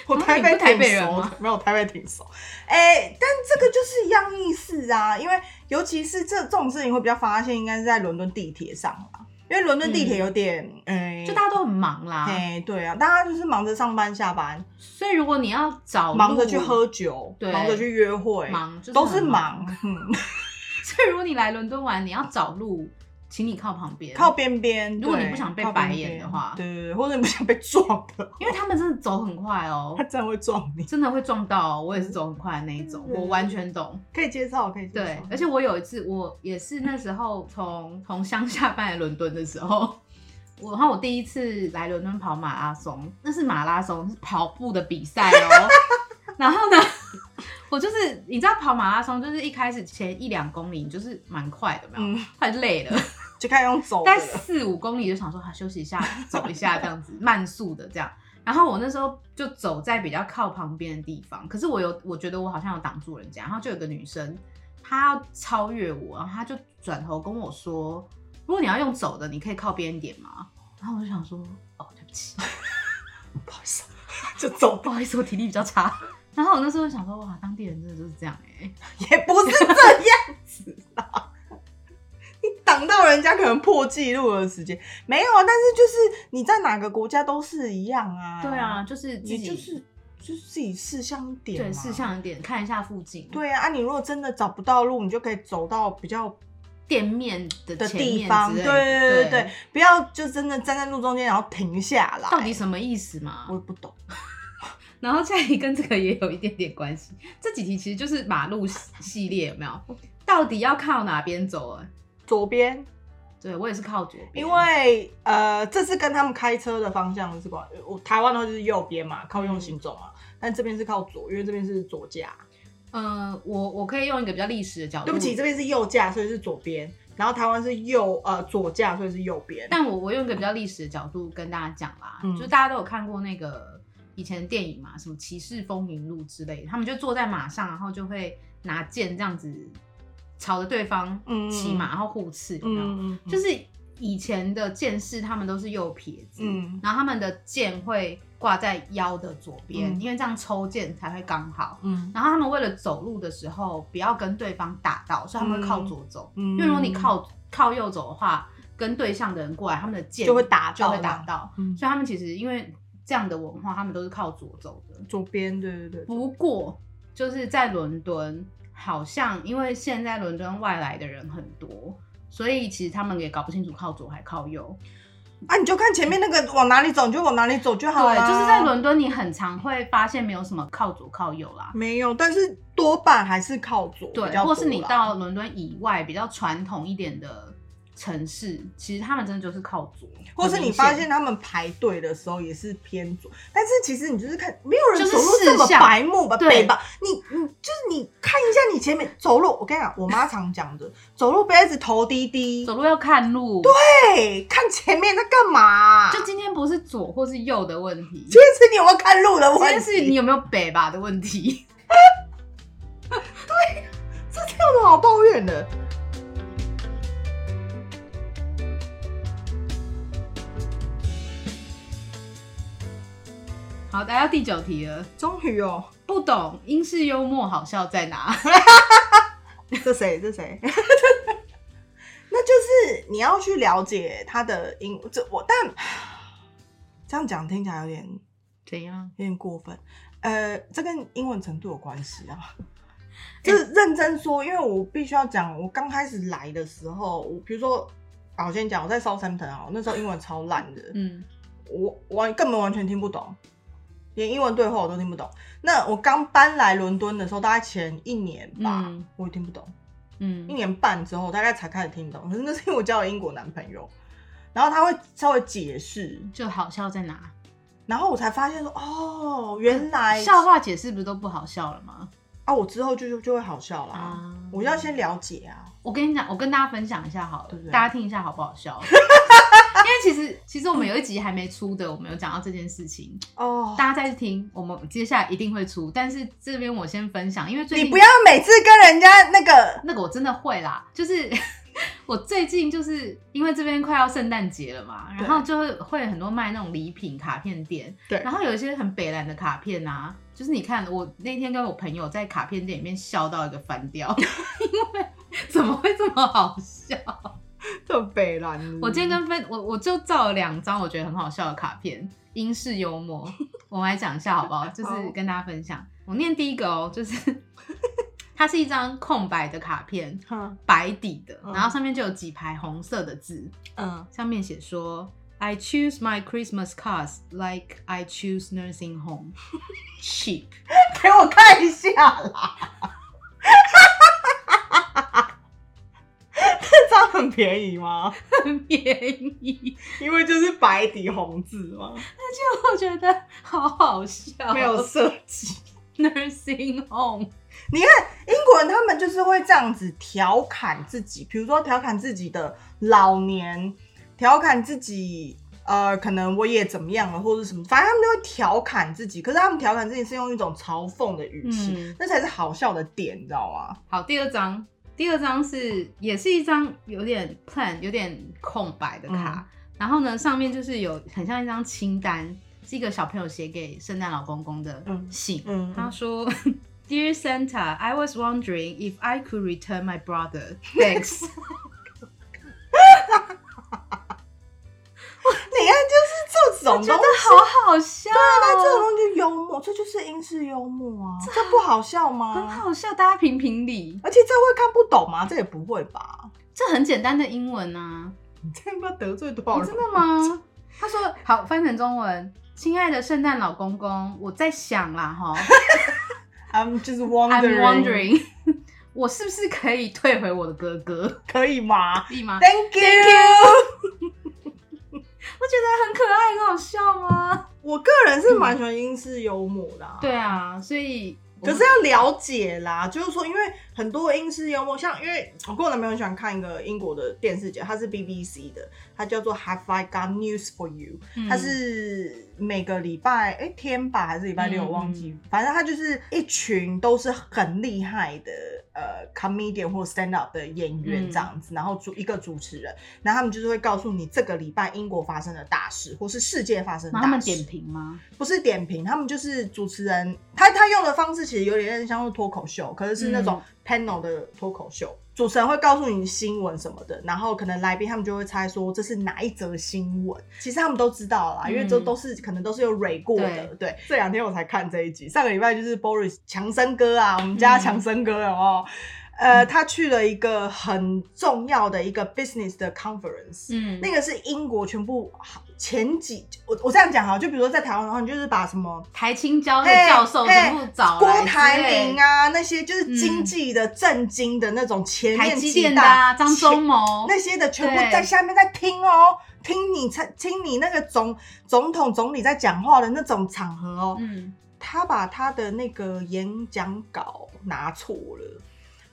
我
啊
台
你不
北
是台北
挺
人
熟
吗
的，没有台北挺熟。哎、但这个就是一样意思啊，因为尤其是这这种事情会比较发现，应该是在伦敦地铁上啦，因为伦敦地铁有点，哎、
嗯就大家都很忙啦，
哎、对啊，大家就是忙着上班下班，
所以如果你要找
忙着
路
去喝，酒，
对
忙着去约会，
忙就是
都是
很
忙，嗯，
所以如果你来伦敦玩，你要找路，请你靠旁边，
靠，边边。
如果
对
你不想被
靠边
白眼的
边
话
对对对，或者你不想被撞的，
因为他们真的走很快哦
他，真的会撞你。
真的会撞到哦、我也是走很快的那一种，
嗯
我完全懂。
可以介绍，可以介绍。
对，而且我有一次，我也是那时候从从乡下搬来伦敦的时候，我然后我第一次来伦敦跑马拉松，那是马拉松，是跑步的比赛哦。 然后呢，我就是你知道跑马拉松，就是一开始前一两公里你就是蛮快的，有没有，
嗯，
快累了。
就开始用走的
在
了。
四五公里就想说，啊、休息一下，走一下这样子，慢速的这样。然后我那时候就走在比较靠旁边的地方，可是我有，我觉得我好像有挡住人家。然后就有个女生，她要超越我，然后她就转头跟我说：“如果你要用走的，你可以靠边一点嘛。”然后我就想说：“哦，对不起，
不好意思， 就走吧，
不好意思，我体力比较差。”然后我那时候就想说：“哇，当地人真的就是这样哎、
也不是这样子啦。 你挡到人家可能破纪录的时间，没有啊。但是就是你在哪个国家都是一样啊。
对啊，，就是自
你
己
就是就是自己事项一点，
对试。项一点，看一下附近，
对啊，啊，你如果真的找不到路，你就可以走到比较
店面的
的
前
地
面
方，
之
对
类的
对对对对，不要就真的站在路中间，然后停下来。
到底什么意思嘛
我？也不懂。
然后下一题跟这个也有一点点关系。这几题其实就是马路系系列，有没有？到底要靠哪边走、啊？
左边，
对我也是靠左边，
因为呃，这是跟他们开车的方向是关。我台湾的话就是右边嘛，靠右行走嘛，但这边是靠左，因为这边是左驾。
嗯、我我可以用一个比较历史的角度，
对不起，这边是右驾，所以是左边。然后台湾是右呃左驾，所以是右边。
但我我用一个比较历史的角度跟大家讲啦，
嗯
就是大家都有看过那个以前的电影嘛，什么《骑士风云录》之类的，他们就坐在马上，然后就会拿剑这样子朝着对方
嗯
骑马，然后互刺，有没有？
嗯，
就是以前的剑士他们都是右撇子，
嗯
然后他们的剑会挂在腰的左边，
嗯
因为这样抽剑才会刚好。
嗯
然后他们为了走路的时候不要跟对方打到，所以他们会靠左走，
嗯，
因
因
为如果你靠靠右走的话，跟对向的人过来，他们的剑
就会打到
就会打到，
嗯
所以他们其实因为这样的文化，他们都是靠左走的。
左边，对对对，
不过就是在伦敦，好像因为现在伦敦外来的人很多，所以其实他们也搞不清楚靠左还靠右。
啊，你就看前面那个往哪里走，你就往哪里走就好
对，
了。
就是在伦敦，你很常会发现没有什么靠左靠右啦。
没有，但是多半还是靠左比
对，
较多啦，
或是你到伦敦以外比较传统一点的城市，其实他们真的就是靠左，
或是你
很明
发
显
现他们排队的时候也是偏左，但是其实你就是看，没有人
就是
走路这么
视向
白目吧？
对
北吧？你你就是你看一下你前面走路，我跟你讲，我妈常讲的，走路不要一直头低低，
走路要看路，对，
对，啊看前面在干嘛？
就今天不是左或是右的问题，
今天是你有没有看路的
今
问
天是你
题，
有没有北吧的问题。
这这有什么好抱怨的？
好，来到第九题了，
终于哦，
不懂英式幽默好笑在哪？
这谁？这谁？ 那就是你要去了解他的英，这我但 这样讲听起来有点
怎样？
有点过分。呃，这跟英文程度有关系 啊。就是认真说，因为我必须要讲，我刚开始来的时候，我比如说，啊，我先讲，我在 Southampton 啊，我那时候英文超烂的，
嗯，
我完根本完全听不懂，连英文对话我都听不懂。那我刚搬来伦敦的时候，大概前一年吧，
嗯
我也听不懂，一
嗯，
年半之后大概才开始听懂。可是那是因为我交了英国男朋友，然后他会稍微解释，
就好笑在哪？
然后我才发现说，哦，原来
笑话解释不是都不好笑了吗？
啊，我之后就就就会好笑啦。
啊
我要先了解啊，
我跟你讲，我跟大家分享一下好了，
对不对
大家听一下好不好 笑？因为其实其实我们有一集还没出的，我们有讲到这件事情，
哦，
大家再去听，我们接下来一定会出。但是这边我先分享，因为最近
你不要每次跟人家那个，
那个我真的会啦，就是 我最近就是因为这边快要圣诞节了嘛，然后就会会很多卖那种礼品卡片店，
对
然后有一些很北蓝的卡片啊，就是你看我那天跟我朋友在卡片店里面笑到一个翻掉， 因为怎么会这么好笑？
这北兰，
我今天
嗯
跟分我我就照了两张我觉得很好笑的卡片，英式幽默，我们来讲一下好不好？就是
好
跟大家分享。我念第一个哦，就是 它是一张空白的卡片，
跟
白底的，
嗯
然后上面就有几排红色的字，
嗯，
上面写说 I choose my Christmas cards like I choose nursing home cheap。
给我看一下啦。 这张很便宜吗？
很便宜，
因为就是白底红字嘛，
我觉得好好笑。
没有设计。
nursing home，
你看英国人他们就是会这样子调侃自己，比如说调侃自己的老年，调侃自己呃，可能我也怎么样了，或者什么，反正他们就会调侃自己。可是他们调侃自己是用一种嘲讽的语气，
嗯
那才是好笑的点，你知道吗？
好，第二张，第二张是也是一张有点 plan 有点空白的卡，
嗯
然后呢上面就是有很像一张清单，是一个小朋友写给圣诞老公公的
嗯
信，
嗯
他说：“Dear Santa, I was wondering if I could return my brother. Thanks 。
你看就是这”种
我
东
觉得
西，
好好笑，哦
那这种东西就幽默，这就是英式幽默啊，这不好笑
很
吗？
好笑，大家评评理。
而且这会看不懂吗？这也不会吧？
这很简单的英文啊，
你这样不知道得罪多少
哦、
人？
真的吗？他说：“好，翻成中文，亲爱的圣诞老公公，我在想啦，哈
？I'm just
，I'm wondering，我 是不是可以退回我的哥哥，
可以吗
可以吗？
？Thank you。
我觉得很可爱，很好笑吗？
我个人是蛮喜欢英式幽默的、啊，
对啊，所以我
可是要了解啦，就是说，因为很多英式幽默，像因为我跟我男朋友很喜欢看一个英国的电视节，它是 BBC 的，它叫做 Have I Got News for You，、它
嗯
是每个礼拜哎、天吧还是礼拜六，
嗯
我忘记，反正它就是一群都是很厉害的呃 comedian 或 stand up 的演员
嗯
这样子，然后主一个主持人，然后他们就是会告诉你这个礼拜英国发生的大事，或是世界发生的
然
大
后
事。
他们点评吗？
不是点评，他们就是主持人，他他用的方式其实有点像是脱口秀，可是是那
嗯
种 panel 的脱口秀。主持人会告诉你新闻什么的，然后可能来宾他们就会猜说这是哪一则新闻。其实他们都知道啦，因为这
嗯
都是可能都是有蕊过的。对，这
嗯
两天我才看这一集，上个礼拜就是 Boris 强森哥啊，我们家强森哥有没有？呃，他去了一个很重要的一个 business 的 conference，、
嗯，
那个是英国全部前几，我我这样讲哈，就比如说在台湾的话，你就是把什么
台青交的
嘿
教授
嘿
全部找
郭
来之
台
类
铭啊，那些就是
嗯
经济的、震惊的那种前
台
面
积
几
电的
大
啊张忠谋，
那些的全部
对
在下面在听哦，听你才听你那个总总统总理在讲话的那种场合哦，
嗯，
他把他的那个演讲稿拿错了，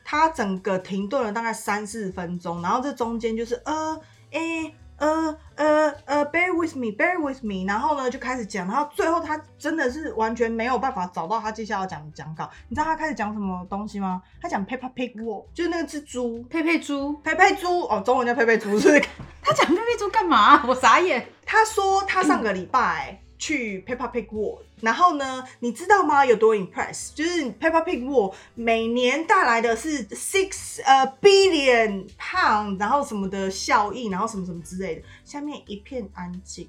他整个停顿了大概三四分钟，然后这中间就是呃诶呃呃呃，bear with me，bear with me，然后呢就开始讲，然后最后他真的是完全没有办法找到他接下来要讲的讲稿，你知道他开始讲什么东西吗？他讲 paper pig war，就是那个只猪。
佩佩猪，
佩佩猪哦，中文叫佩佩猪是不是
他讲佩佩猪干嘛？ 我傻眼。
他说他上个礼拜去 Peppa Pig World，然后呢，你知道吗？有多 impress？就是 Peppa Pig World 每年带来的是 six 呃 billion pound，然后什么的效益，然后什么什么之类的，下面一片安静。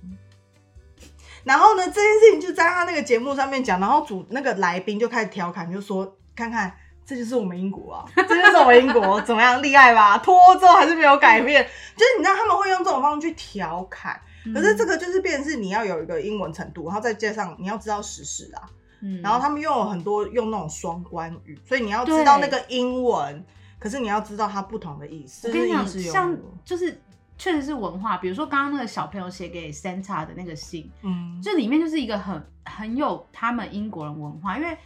然后呢，这件事情就在他那个节目上面讲，然后主那个来宾就开始调侃，就说：“看看，这就是我们英国啊， 这就是我们英国，怎么样厉害吧？脱欧之后还是没有改变，就是你知道他们会用这种方式去调侃。”嗯可是这个就是变成是你要有一个英文程度，然后再加上你要知道时事啊，
嗯，
然后他们又有很多用那种双关语，所以你要知道那
对
个英文，可是你要知道它不同的意思。
我跟你讲，
这是英式幽
像
默
就是确实是文化，比如说刚刚那个小朋友写给 Santa 的那个信，
嗯，
这里面就是一个很很有他们英国人文化，因为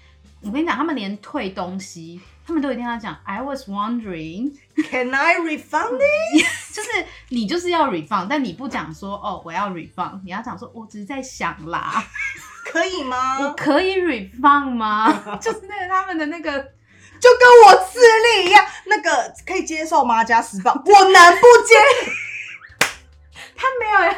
我跟你讲，他们连退东西，他们都一定要讲 I was wondering，
Can I refund it？
就是你就是要 refund，但你不讲说哦我要 refund，你要讲说我只是在想啦，
可以
我
吗？
可以 refund 吗？就是那个他们的那个
就跟我智力一样，那个可以接受吗？加十磅， 我能不接？
他没有要，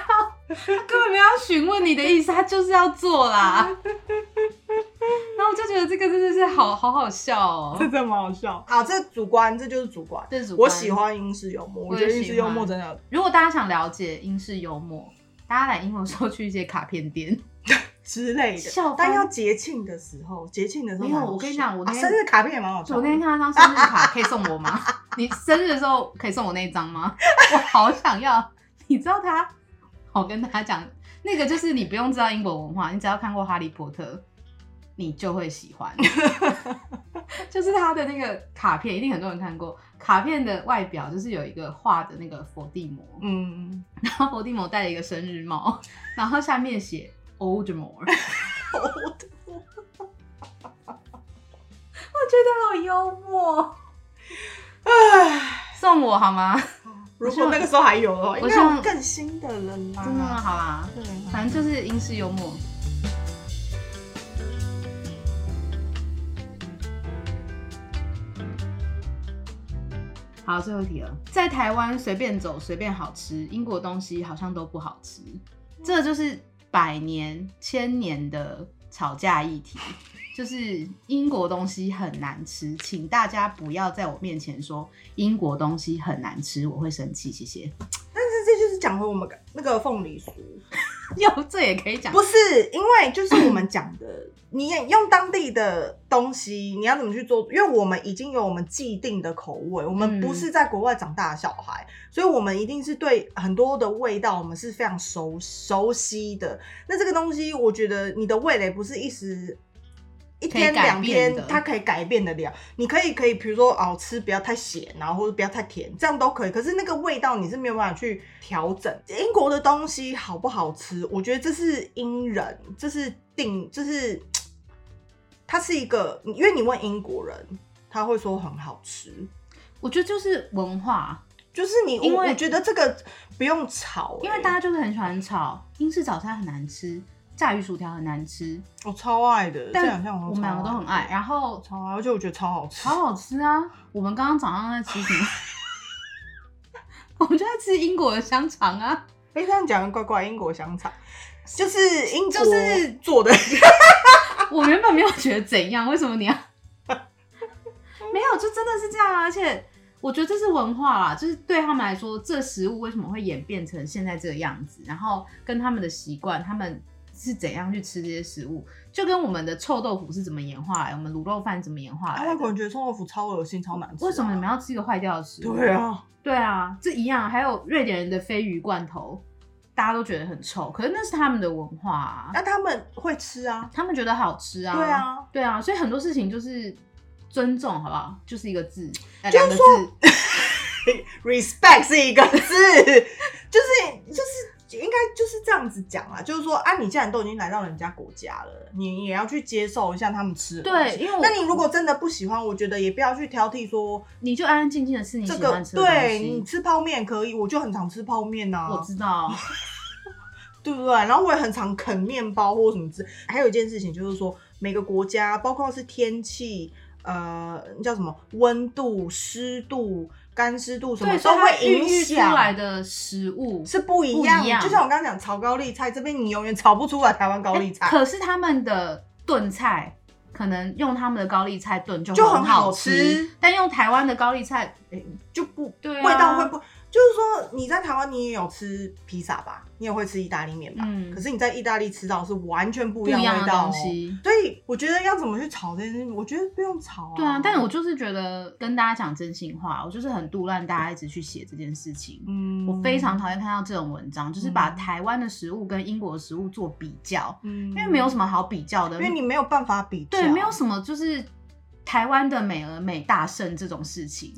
他根本没有要询问你的意思，他就是要做啦。然后我就觉得这个真的是好好好笑哦，
真的蛮好笑。好，这主观，这就是主观。
这是主
我
观
喜。欢英式幽默，我
我
觉
也
得英式
喜
幽
欢
默真的
如果大家想了解英式幽默，大家来英国的时候去一些卡片 店。
之类的
笑。
但
翻
要节庆的时候，节庆的时候
哦没有
蛮好
我跟你
笑
讲我
啊
那
生日卡片也蛮好笑
我
的。
那天看到一张生日卡，可以送我 吗？你生日的时候可以送我那一张吗？我好想要。你知道他，我跟大家讲，那个就是你不用知道英国文化，你只要看过《哈利波特》，你就会喜 欢。就是他的那个卡片，一定很多人看过。卡片的外表就是有一个画的那个伏地魔，
嗯，
然后伏地魔戴了一个生日帽， 然后下面写 Oldmore。我觉得好幽默，
唉，
送我好吗？
如果那个时候还有的话，应
我
该
希望
有更新的了啦。
真的吗？好啊啦，
对啊
反正就是英式幽默。好，最后一题了。在台湾随便走随便好吃，英国东西好像都不好吃，这就是百年千年的吵架议题，就是英国东西很难吃，请大家不要在我面前说英国东西很难吃，我会生气，谢谢。
但是这就是讲回我们那个凤梨酥，
嗯哟，这也可以讲，
不是因为就是我们讲的，你也用当地的东西，你要怎么去做？因为我们已经有我们既定的口味，我们
嗯
不是在国外长大的小孩，所以我们一定是对很多的味道我们是非常熟熟悉的。那这个东西，我觉得你的味蕾不是一时。一
可以
天
改
两
变
天
的，
它可以改变得了。你可以可以，比如说哦，吃不要太咸，然后或者不要太甜，这样都可以。可是那个味道你是没有办法去调整。英国的东西好不好吃，我觉得这是因人，这是定，这是它是一个，因为你问英国人，他会说很好吃。
我觉得就是文化，啊
就是你，
因
我
为
我觉得这个不用欸吵、
因为大家就是很喜欢炒英式早餐很难吃，炸鱼薯条很难吃，
我超爱的，这
但
两项
我
超
们两个都很爱。然后
超爱，而且我觉得超好吃。
好好吃啊！我们刚刚早上在吃什么？ 我们就在吃英国的香肠啊，
哎、这样讲怪怪，英国香肠就是英国
就是
做的，
我原本没有觉得怎样，为什么你要？ 没有，就真的是这样啊！而且我觉得这是文化啦，就是对他们来说，这食物为什么会演变成现在这个样子，然后跟他们的习惯、他们是怎样去吃这些食物，就跟我们的臭豆腐是怎么演化来，我们卤肉饭怎么演化
啊，
来
外
的。
国人觉得臭豆腐超恶心、超难吃啊、
为什么你们要吃一个坏掉的食物？
对啊，
对啊，这一样。还有瑞典人的鲱鱼罐头，大家都觉得很臭，可是那是他们的文化、啊，
那他们会吃啊？
他们觉得好吃啊。
对，啊，
对啊，所以很多事情就是尊重，好不好？就是一个字，呃
就
两
是
个字，
respect 是一个字， 就是就是应该就是这样子讲啦，就是说啊，你既然都已经来到人家国家了，你也要去接受一下他们吃的东西。
对，因为我
那你如果真的不喜欢，我觉得也不要去挑剔说
你就安安静静的吃你
这
喜
个
欢，吃的东
对
西，
你吃泡面可以，我就很常吃泡面啊呐、
我知道，
对不对？然后我也很常啃面包或什么之。还有一件事情就是说，每个国家，包括是天气，呃，叫什么温度、湿度、干湿度什么，
对，所
都
以它
会影
孕育出
响
来的食物
是不一
不一
样。
样
就像我刚刚讲炒高丽菜，这边你永远炒不出来台湾高丽菜，
哎可是他们的炖菜可能用他们的高丽菜炖就
就很
很好
好吃
但用台湾的高丽菜，哎
诶就不、
对啊
味道会不。就是说，你在台湾你也有吃披萨吧，你也会吃意大利面吧，
嗯
可是你在意大利吃到是完全不
不
一
一
样
样
味
的
道、哦
东。西。
所以我觉得要怎么去炒这件事情，我觉得不用炒、啊。
对啊，但我就是觉得跟大家讲真心话，我就是很杜烂大家一直去写这件事情。
嗯
我非常讨厌看到这种文章，就是把
嗯
台湾的食物跟英国的食物做比较，
嗯，
因为没有什么好比较的，
因为你没有办法比较，
对，没有什么就是台湾的美而美大胜这种事情。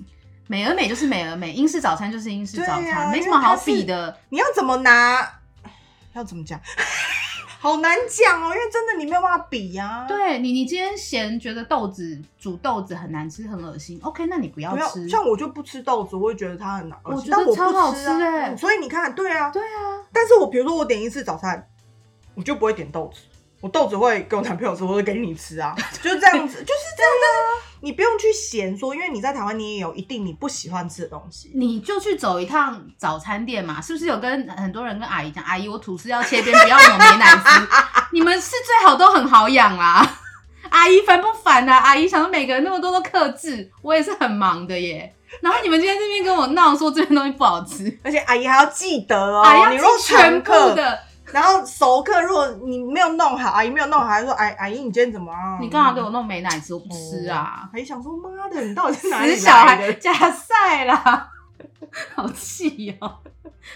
美而美就是美而美，英式早餐就是英式
对
早餐，
啊
没
因
什
为
么好
它是
比的。
你要怎么拿，要怎么讲， 好难讲哦，因为真的你没有办法比呀、啊。，
对你，你今天嫌觉得豆子煮豆子很难吃，很恶心，OK，那你不要
不要
吃。
像我就不吃豆子，我会觉得它很难，
我觉得
但我
超好
不吃啊
吃欸
嗯所以你看，对啊，
对啊，
但是我比如说我点一次早餐，我就不会点豆子，我豆子会给我男朋友吃，或者给你 吃啊，就是这样子，就是这样。
啊
就是你不用去嫌说，因为你在台湾你也有一定你不喜欢吃的东西，
你就去走一趟早餐店嘛，是不是有跟很多人跟阿姨讲，阿姨我吐司要切边，不要抹美奶 滋。你们是最好都很好养啊， 阿姨烦不烦啊？阿姨想说每个人那么多都克制，我也是很忙的耶。然后你们今天这边跟我闹说这边东西不好吃，
而且阿姨还要记得哦，
阿姨要
你如果
吃全
常
部
客
的，
然后熟客如果你没有弄好，阿姨没有弄好，还说哎阿阿姨你今天怎么啊？
你干嘛给我弄美奶滋？我不吃啊。
还想说妈的，你到底是 哪里
死
来
小孩
的？
假赛啦，好气哦！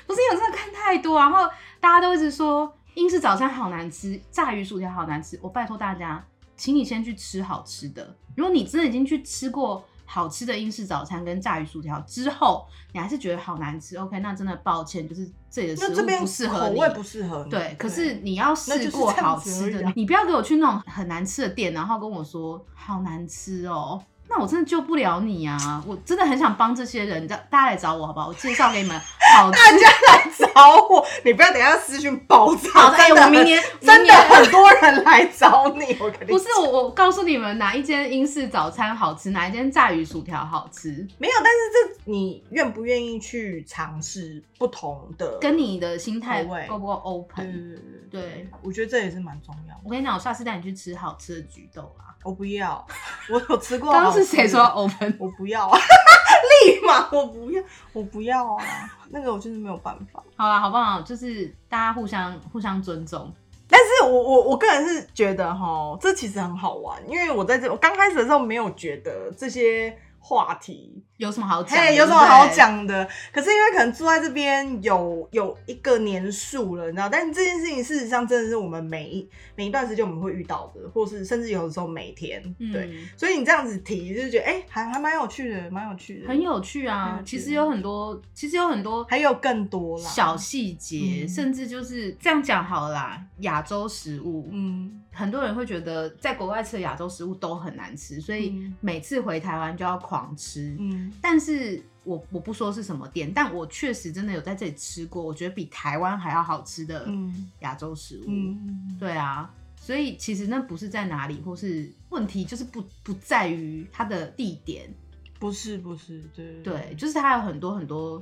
不是因为我真的看太多，然后大家都一直说英式早餐好难吃，炸鱼薯条好难吃。我拜托大家，请你先去吃好吃的。如果你真的已经去吃过好吃的英式早餐跟炸鱼薯条之后，你还是觉得好难吃，OK，那真的抱歉，就是这里的
那
食
这
物
边
不适合
口
你。
味不适合你。
对，可是你要
嗯那就
试
是
过
这样
好
子
吃
而已
的，
啊
你不要给我去那种很难吃的店，然后跟我说好难吃哦，那我真的救不了你啊！我真的很想帮这些人，大大家来找我好不好？我介绍给你 们好吃
大家来找我，你不要等一下私讯爆
好
炸。
的，哎、
真的
我明年
真
明
的
年
很多人来找你，我跟你
不是我，我告诉你们哪一间英式早餐好吃，哪一间炸鱼薯条好吃，
没有，但是这你愿不愿意去尝试不同的？
跟你的心态
口味嗯
够不够
对
open？
对对对
对
对，我觉得这也是蛮重要的。
我跟你讲，我下次带你去吃好吃的菊豆啊！
我不要，我有吃过好
刚
吃的。
刚是谁说 open？
我不要啊， 立马我不要，我不要啊，那个我就是没有办法。
好啦，好不好？就是大家互相互相尊重。
但是我我我个人是觉得哈，这其实很好玩，因为我在这我刚开始的时候没有觉得这些话题，
有什么好讲的？
嘿，有什么
对不对
好？讲的？可是因为可能住在这边有有一个年数了，你知道，但是这件事情事实上真的是我们每一每一段时间我们会遇到的，或是甚至有的时候每天，对。
嗯，
所以你这样子提，就觉得哎、还还蛮有趣的，蛮有趣的，
很有趣
很有
啊。
趣
其实有很多，其实有很多
嗯还有更多啦，
小细节，
嗯
甚至就是这样讲好了啦。亚洲食物，
嗯，
很多人会觉得在国外吃的亚洲食物都很难吃，所以
嗯
每次回台湾就要狂吃。
嗯，
但是我我不说是什么店，但我确实真的有在这里吃过，我觉得比台湾还要好吃的
嗯
亚洲食物。
嗯，
对啊，所以其实那不是在哪里，或是问题就是不不在于它的地点，
不是不是，对
对，就是它有很多很多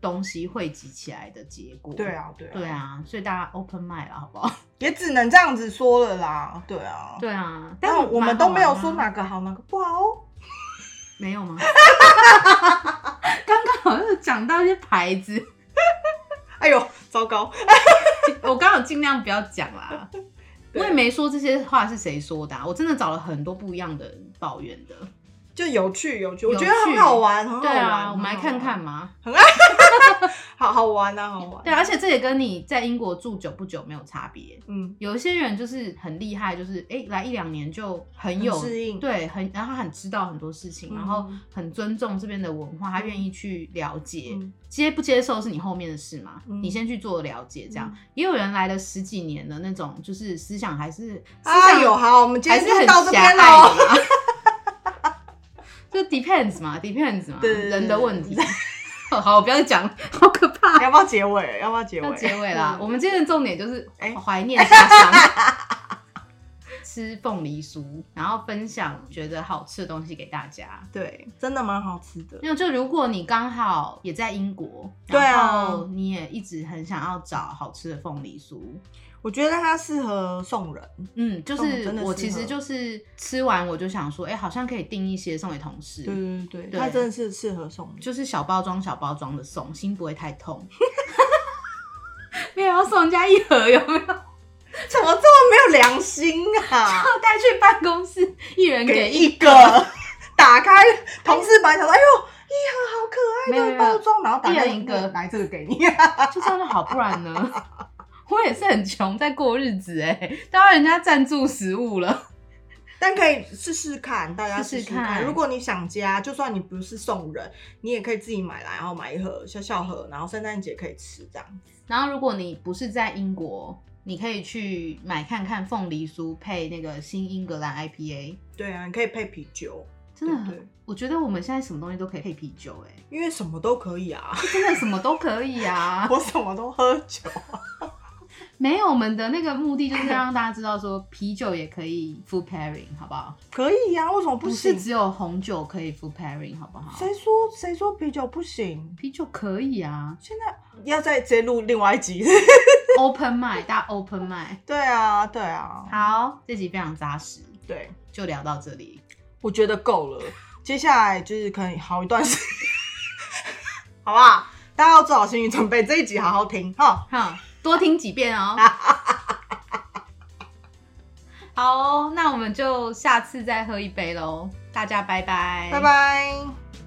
东西汇集起来的结果。
对，啊对啊
对，啊，所以大家 open mind 了，好不好？
也只能这样子说了啦，对啊，
对啊，
但我
蛮
们
好
都没有
玩啊
说哪个好哪个不好哦，
没有吗？刚刚好像有讲到一些牌子，
哎呦，糟糕，
我刚好尽量不要讲啦。我也没说这些话是谁说的、啊，我真的找了很多不一样的人抱怨的。
就有趣有趣，
有
我觉得很
趣
好玩，很好
对
玩。哦
啊，我们来
很好玩
看看，嘛。
好好玩啊，好玩。
对，而且这也跟你在英国住久不久没有差别。
嗯，
有一些人就是很厉害，就是哎、诶来一两年就很有
很适应
对，很然后他很知道很多事情，
嗯
然后很尊重这边的文化，他愿意去了解，
嗯
接不接受是你后面的事嘛，
嗯
你先去做了解，这样、
嗯
也有人来了十几年的那种，就是思想还是思
啊，
想
有好，我们今
还
天
是很
就到这
狭隘
边
的
喽。
啦。 就 depends 嘛，depends 嘛，
对对对
人的问题。 好，我不要再讲，好可怕。
要不要结尾？要不要结
要
尾？嗯
结尾啦，我们今天的重点就是
哎
怀念家乡， 吃凤梨酥，然后分享觉得好吃的东西给大家。
对，真的蛮好吃的。
没有，就如果你刚好也在英国，
对啊
然后你也一直很想要找好吃的凤梨酥，
我觉得它适合送人，
嗯，就
哦
是
真的
我
适
其实
合
就是吃完我就想说，哎、好像可以订一些送给同事，
对对对
对
对，它真的是适合送人。
就是小包装小包装的送，心不会太痛。 没有要送人家一盒，有没有？
怎么这么没有良心啊？
带去办公室，一人 给
给
一
一个，打开同事版，想说，哎呦，一盒好可爱
没有没
的
有
包装，然后打开
一人一个
来这个给你。
就这样就好，不然呢？ 我也是很穷，在过日子哎、都要人家赞助食物了。
但可以试试看，大家
试
试试
试看
看。如果你想家，就算你不是送人，你也可以自己买来，然后买一盒小小盒，然后圣诞节可以吃这样。
然后，如果你不是在英国，你可以去买看看凤梨酥配那个新英格兰 IPA，
对啊，你可以配啤酒，
真的很。
对对
我觉得我们现在什么东西都可以配啤酒、欸，
因为什么都可以啊，。
哎，真的什么都可以啊
我什么都喝酒。
没有，我们的那个目的就是让大家知道说，啤酒也可以 food pairing，好不好？
可以呀、为什么
不
行
是？只有红酒可以 food pairing，好不好？
谁说谁说啤酒不行？
啤酒可以啊
现在要再直接录另外一集。
，open mind，大家 open mind。
对啊，对啊，
好，这集非常扎实，
对，
就聊到这里。
我觉得够了。接下来就是可能好一段时间， 好不好？大家要做好心理准备，这一集好好听哈。
好，多听几遍 哦。好哦那我们就下次再喝一杯喽，大家拜拜，
拜。拜。